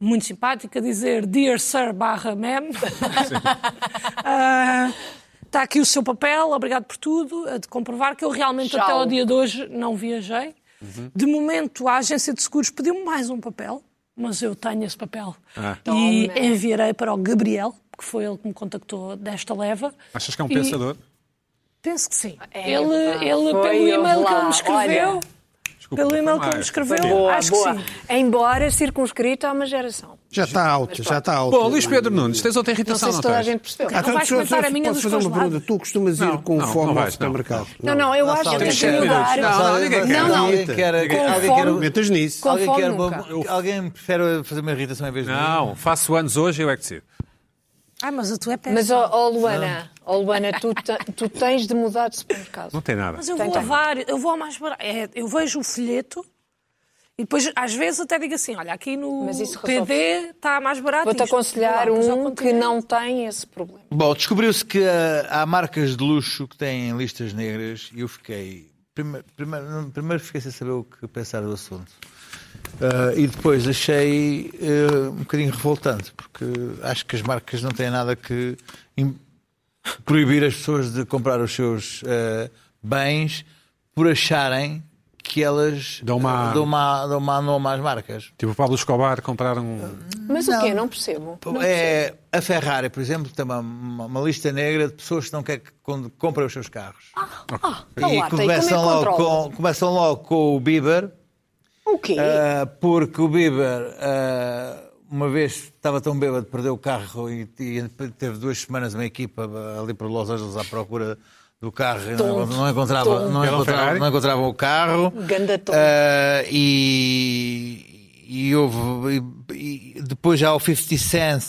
Speaker 5: Muito simpático a dizer Dear Sir barra ma'am. Ah, Está aqui o seu papel, obrigado por tudo, a de comprovar que eu realmente
Speaker 4: Tchau.
Speaker 5: até ao dia de hoje não viajei.
Speaker 1: Uhum.
Speaker 5: De momento, a agência de seguros pediu-me mais um papel, mas eu tenho esse papel.
Speaker 1: Ah.
Speaker 5: E enviarei para o Gabriel, que foi ele que me contactou desta leva.
Speaker 1: Achas que é um
Speaker 5: E-
Speaker 1: pensador?
Speaker 5: Penso que sim.
Speaker 4: É,
Speaker 5: ele,
Speaker 4: pá,
Speaker 5: ele
Speaker 4: foi,
Speaker 5: pelo e-mail
Speaker 4: houve
Speaker 5: que ele
Speaker 4: lá,
Speaker 5: me escreveu,
Speaker 4: olha.
Speaker 1: Desculpa,
Speaker 5: pelo e-mail que ele
Speaker 1: Ah,
Speaker 5: me escreveu,
Speaker 4: Boa,
Speaker 5: acho
Speaker 4: boa.
Speaker 5: que sim.
Speaker 6: Embora circunscrito a uma geração.
Speaker 2: Já está alto, já está alto.
Speaker 1: Bom, Luís Pedro Nunes, tens outra
Speaker 4: Não
Speaker 1: irritação,
Speaker 4: sei
Speaker 1: não,
Speaker 4: se toda a
Speaker 1: tens?
Speaker 4: gente percebeu.
Speaker 2: Ah, então,
Speaker 5: vais
Speaker 2: só- só
Speaker 5: comentar a minha
Speaker 2: posso
Speaker 5: dos
Speaker 2: fazer uma
Speaker 5: congelados?
Speaker 2: pergunta? Tu costumas ir
Speaker 1: Não,
Speaker 2: com
Speaker 1: não,
Speaker 2: fome
Speaker 1: não
Speaker 2: ao
Speaker 1: vais, não.
Speaker 2: supermercado?
Speaker 6: Não, não, eu acho que
Speaker 3: Temos
Speaker 6: tens de
Speaker 1: sete
Speaker 6: mudar.
Speaker 1: minutos. Não, não, ninguém quer.
Speaker 6: Não, não.
Speaker 3: Alguém quer- alguém
Speaker 6: Com
Speaker 3: quer-
Speaker 6: fome.
Speaker 2: Metas nisso.
Speaker 6: Com
Speaker 3: alguém
Speaker 6: fome
Speaker 3: quer-
Speaker 6: nunca.
Speaker 3: Alguém prefere fazer uma irritação em vez de mim?
Speaker 1: Não, faço anos hoje, eu é que decido.
Speaker 5: Ah, mas a tua é péssima.
Speaker 4: Mas,
Speaker 5: Mas,
Speaker 4: ó ó, Luana, ó, Luana tu, te- tu tens de mudar de supermercado.
Speaker 1: Não tem nada.
Speaker 5: eu vou a vários, eu vou ao mais barato. É, eu vejo o folheto e depois, às vezes, até digo assim, olha, aqui no
Speaker 4: Mas isso
Speaker 5: PD está mais barato
Speaker 4: Vou-te
Speaker 5: isto.
Speaker 4: aconselhar
Speaker 5: Vou lá, mas ao
Speaker 4: um que
Speaker 5: continente.
Speaker 4: não tem esse problema.
Speaker 3: Bom, descobriu-se que ah, há marcas de luxo que têm listas negras e eu fiquei. prime- prime- não, Primeiro, fiquei sem saber o que pensar do assunto. Ah, e depois achei ah, um bocadinho revoltante, porque acho que as marcas não têm nada que im- proibir as pessoas de comprar os seus ah, bens por acharem que elas
Speaker 1: Dão uma-
Speaker 3: ah, dão uma, dão uma nome às marcas.
Speaker 1: Tipo o Pablo Escobar comprar um.
Speaker 4: Mas o quê? Não percebo. Não
Speaker 3: É, a Ferrari, por exemplo, tem uma, uma- uma lista negra de pessoas que não querem que con- comprem os seus carros.
Speaker 4: Ah,
Speaker 3: e
Speaker 4: calata, e como é que
Speaker 3: começam, logo
Speaker 4: controla?
Speaker 3: com, começam logo com o Bieber,
Speaker 4: O quê?
Speaker 3: ah, porque o Bieber, ah, uma vez estava tão bêbado, perdeu o carro e, e teve duas semanas uma equipa ali para Los Angeles à procura do carro e não, não encontrava, não,
Speaker 1: Era um
Speaker 3: encontrava,
Speaker 1: Ferrari?
Speaker 3: não encontrava o carro.
Speaker 4: Ganda tonto.
Speaker 3: Ah, e, e houve. e- e depois já o 50 ah, Cent.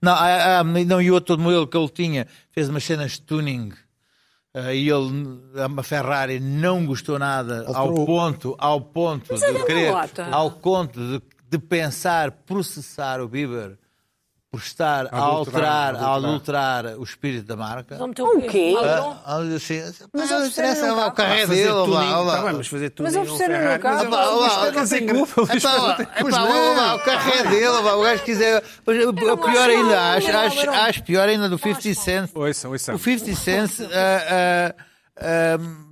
Speaker 3: Não, há- há- não, e outro modelo que ele tinha fez umas cenas de tuning Ah, e ele, a Ferrari não gostou nada ao
Speaker 2: Alterou.
Speaker 3: ponto, ao ponto de
Speaker 4: uma
Speaker 3: querer,
Speaker 4: lata.
Speaker 3: ao ponto de, de pensar processar o Bieber por estar a
Speaker 2: Adulterar,
Speaker 3: alterar, a adulterar o espírito da marca.
Speaker 5: Vamos ter
Speaker 4: O
Speaker 5: quê?
Speaker 4: quê?
Speaker 5: Maledon?
Speaker 3: Ah, ah, assim,
Speaker 4: Mas
Speaker 3: pá,
Speaker 4: eles
Speaker 3: não interessa,
Speaker 4: disseram
Speaker 3: lá,
Speaker 4: não
Speaker 3: o carro é
Speaker 2: Fazer
Speaker 3: dele,
Speaker 2: tuning,
Speaker 3: lá,
Speaker 2: tá bem,
Speaker 3: lá.
Speaker 2: mas fazer é tudo
Speaker 4: Mas ofereceram-lhe o carro.
Speaker 3: Ah, pá, lá, lá,
Speaker 1: não tem culpa,
Speaker 3: É
Speaker 1: Luís,
Speaker 3: pá,
Speaker 1: não
Speaker 3: lá,
Speaker 1: tem
Speaker 3: é pá, lá, lá, o carro é dele, lá, o gajo quiser. Mas, o
Speaker 5: não
Speaker 3: pior
Speaker 5: acho
Speaker 3: ainda,
Speaker 5: mal,
Speaker 3: acho,
Speaker 5: não,
Speaker 3: acho,
Speaker 5: não.
Speaker 3: acho pior ainda do 50 Cent.
Speaker 1: Ouçam, ouçam.
Speaker 3: O 50 Cent ah, ah, ah,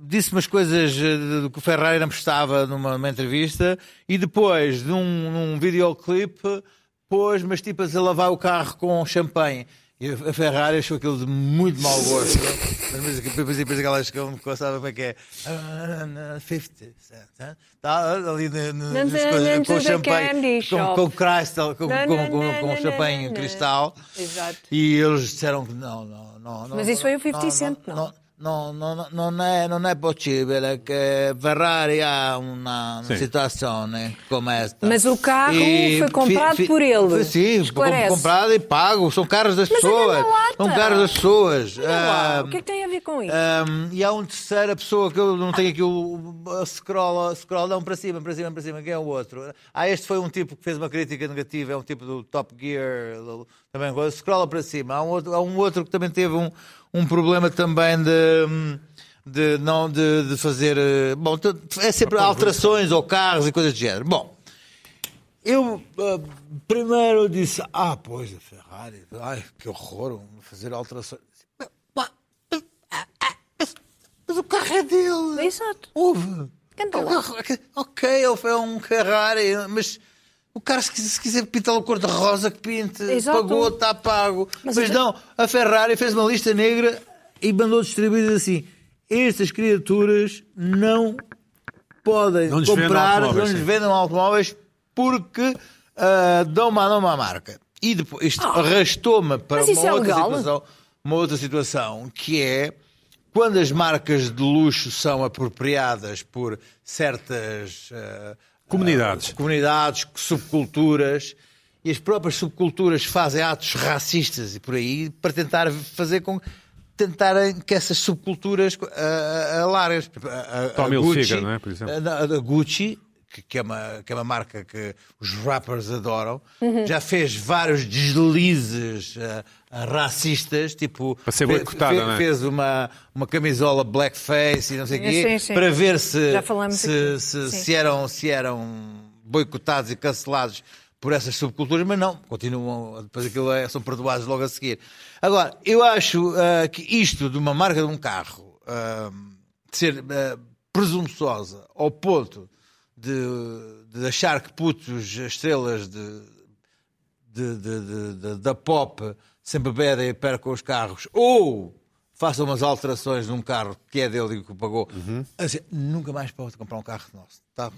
Speaker 3: disse umas coisas ah, do que o Ferrari não prestava numa, numa entrevista e depois, num, num videoclipe, pôs umas tipas a lavar o carro com champanhe. E a a Ferrari achou aquilo de muito mau gosto. Mas depois- depois, depois aquelas que eu não gostava como é que é. Ah, 50 Cent. ah, Tá ali no- no-
Speaker 4: Não
Speaker 3: nas
Speaker 4: sei,
Speaker 3: coisas,
Speaker 4: não
Speaker 3: com
Speaker 4: sei da
Speaker 3: champanhe.
Speaker 4: candy
Speaker 3: Com,
Speaker 4: shop.
Speaker 3: com crystal, com,
Speaker 4: Não,
Speaker 3: com,
Speaker 4: não,
Speaker 3: com-
Speaker 4: não,
Speaker 3: com
Speaker 4: não,
Speaker 3: champanhe
Speaker 4: não, não.
Speaker 3: cristal.
Speaker 4: Exato.
Speaker 3: E eles disseram que não, não, não. não
Speaker 4: Mas isso foi o 50
Speaker 3: não,
Speaker 4: Cent, não?
Speaker 3: No, no, no, non, è, non è possibile che é Ferrari ha una
Speaker 1: Sì.
Speaker 3: situazione come questa.
Speaker 4: Mas o carro foi comprado por ele.
Speaker 3: Sim,
Speaker 4: Esclarece.
Speaker 3: comprado e pago. São carros das
Speaker 4: Mas é
Speaker 3: pessoas.
Speaker 4: mesma lata.
Speaker 3: São carros das pessoas.
Speaker 4: Olha lá,
Speaker 3: Ah,
Speaker 4: o que é que tem a ver com isso?
Speaker 3: Ahm, e há uma terceira pessoa que eu não tenho aqui o o- a scroll, a scroll, não, para cima, para cima, para cima, quem é o outro? Ah, este foi um tipo que fez uma crítica negativa, é um tipo do Top Gear, do- também, scroll para cima. Há um outro, há um outro que também teve um, um problema também de. hum, De, não, de, de fazer. eh, Bom, tu- é sempre alterações ou carros e coisas do género. Bom, eu ah, primeiro disse: Ah, pois, a Ferrari, ai, que horror, fazer alterações. Pá, ah, mas o carro é dele.
Speaker 4: Exato.
Speaker 3: Houve.
Speaker 4: Canta
Speaker 3: O
Speaker 4: lá.
Speaker 3: carro- é Ok, ele foi um Ferrari, mas o cara, se quiser, se quiser pintá-lo cor de rosa, que pinte.
Speaker 4: Exato.
Speaker 3: Pagou, está pago. Mas,
Speaker 5: Mas a-
Speaker 3: não, a Ferrari fez uma lista negra e mandou distribuir assim: estas criaturas não podem
Speaker 1: Não lhes vendam
Speaker 3: comprar, não
Speaker 1: automóveis,
Speaker 3: lhes
Speaker 1: sim.
Speaker 3: vendam automóveis porque ah, dão uma nome à marca. E depois, isto arrastou-me para
Speaker 4: Ah. Mas isso
Speaker 3: uma
Speaker 4: é
Speaker 3: outra
Speaker 4: legal?
Speaker 3: situação, uma outra situação que é quando as marcas de luxo são apropriadas por certas ah,
Speaker 1: Comunidades.
Speaker 3: ah, comunidades, subculturas, e as próprias subculturas fazem atos racistas e por aí para tentar fazer com tentarem que essas subculturas ah, ah, larguem. A- a- a
Speaker 1: Tommy
Speaker 3: Gucci,
Speaker 1: Hilfiger, não é, por exemplo?
Speaker 3: a- da, da Gucci, que, que é uma, que é uma marca que os rappers adoram,
Speaker 4: Uhum.
Speaker 3: já fez vários deslizes ah, ah, racistas, tipo.
Speaker 1: Para ser
Speaker 3: fe-
Speaker 1: boicotada,
Speaker 3: fe-
Speaker 1: não é?
Speaker 3: Fez uma, uma camisola blackface e não sei o quê,
Speaker 4: É, Sim, sim.
Speaker 3: para ver se,
Speaker 4: Já falamos
Speaker 3: se,
Speaker 4: aqui.
Speaker 3: se,
Speaker 4: Sim.
Speaker 3: se eram, se eram boicotados e cancelados por essas subculturas, mas não, continuam, depois aquilo é, são perdoados logo a seguir. Agora, eu acho ah, que isto de uma marca de um carro ah, ser ah, presunçosa ao ponto de, de achar que putos estrelas de, de- de- de- de- da pop sempre bebem e percam os carros ou façam umas alterações num carro que é dele e que o pagou, assim, nunca mais pode comprar um carro nosso. Tá,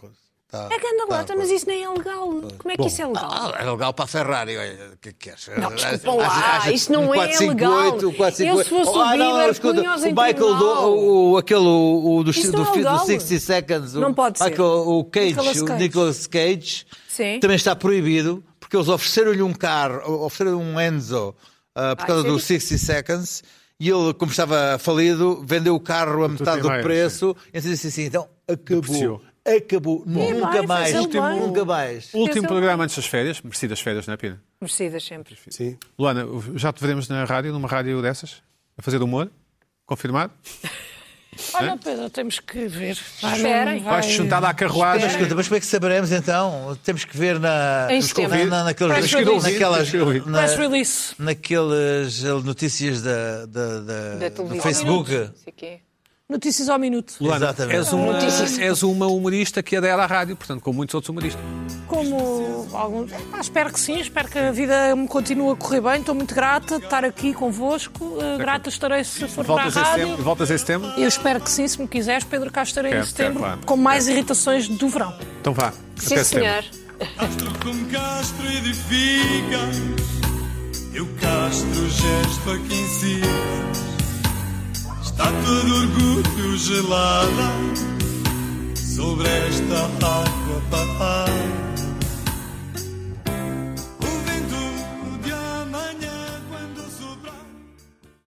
Speaker 3: tá,
Speaker 4: É canta lata,
Speaker 3: tá.
Speaker 4: mas isso nem é legal. Como é que isso é legal?
Speaker 3: Ah, é legal para a Ferrari, olha, o que é que queres?
Speaker 4: Não, desculpa lá, isso
Speaker 3: um
Speaker 4: não é legal. Eu, se
Speaker 3: Oh,
Speaker 4: fosse o Bieber, punha-os em
Speaker 3: ah, o Michael,
Speaker 4: tribunal.
Speaker 3: do, o, o- aquele, o, o do,
Speaker 4: Isso
Speaker 3: do,
Speaker 4: não é
Speaker 3: fi- do
Speaker 4: legal.
Speaker 3: 60 Seconds, o,
Speaker 4: Não pode ser.
Speaker 3: Michael- o Cage,
Speaker 5: Nicolas
Speaker 3: o
Speaker 5: Cage.
Speaker 3: Nicolas Cage,
Speaker 4: Sim.
Speaker 3: também está proibido, porque eles ofereceram-lhe um carro, o- ofereceram um Enzo, ah, por
Speaker 4: Ah,
Speaker 3: causa
Speaker 4: isso é
Speaker 3: do 60 Seconds, e ele, como estava falido, vendeu o carro a metade do
Speaker 1: mais,
Speaker 3: preço, e então disse assim, então, acabou.
Speaker 1: Depreciou.
Speaker 3: Acabou, nunca
Speaker 4: bem,
Speaker 3: mais,
Speaker 4: fez ele bem.
Speaker 3: nunca mais.
Speaker 1: Último
Speaker 4: Atenção.
Speaker 1: programa antes das férias, merecidas férias, não é, Pina?
Speaker 4: Merecidas sempre.
Speaker 2: Sim.
Speaker 1: Luana, já te veremos na rádio, numa rádio dessas, a fazer humor? Confirmado?
Speaker 5: Olha, Pedro, temos que ver. Vai,
Speaker 4: Esperem.
Speaker 5: vai-
Speaker 1: Vais-te juntar à carruagem.
Speaker 3: Mas, escuta, mas como é que saberemos então? Temos que ver na,
Speaker 4: Em
Speaker 3: temos que ouvir
Speaker 4: setembro.
Speaker 3: na, naqueles,
Speaker 5: Press release.
Speaker 3: naquelas,
Speaker 1: Press release.
Speaker 3: na-
Speaker 5: Press release.
Speaker 3: naquelas notícias da, da, da-
Speaker 4: Da
Speaker 3: do
Speaker 4: televisão.
Speaker 3: Facebook.
Speaker 4: Não sei o quê.
Speaker 5: Notícias ao minuto.
Speaker 1: Luana,
Speaker 3: Exatamente.
Speaker 1: és um uma, és uma humorista que adera à rádio, portanto, como muitos outros humoristas.
Speaker 5: Como alguns. Epá, espero que sim, espero que a vida me continue a correr bem. Estou muito grata de estar aqui convosco. Uh, grata estarei se for
Speaker 1: Voltas a
Speaker 5: para a
Speaker 1: esse
Speaker 5: rádio.
Speaker 1: tema? Voltas a esse tema?
Speaker 5: Eu espero que sim, se me quiseres, Pedro, cá estarei
Speaker 1: Quero,
Speaker 5: em setembro
Speaker 1: quero, claro.
Speaker 5: com mais irritações do verão.
Speaker 1: Então vá.
Speaker 4: Sim,
Speaker 1: até setembro.
Speaker 4: senhor.
Speaker 8: Castro com Castro edifica Eu Castro gesto aqui em cima Está todo orgulho gelada Sobre esta água parada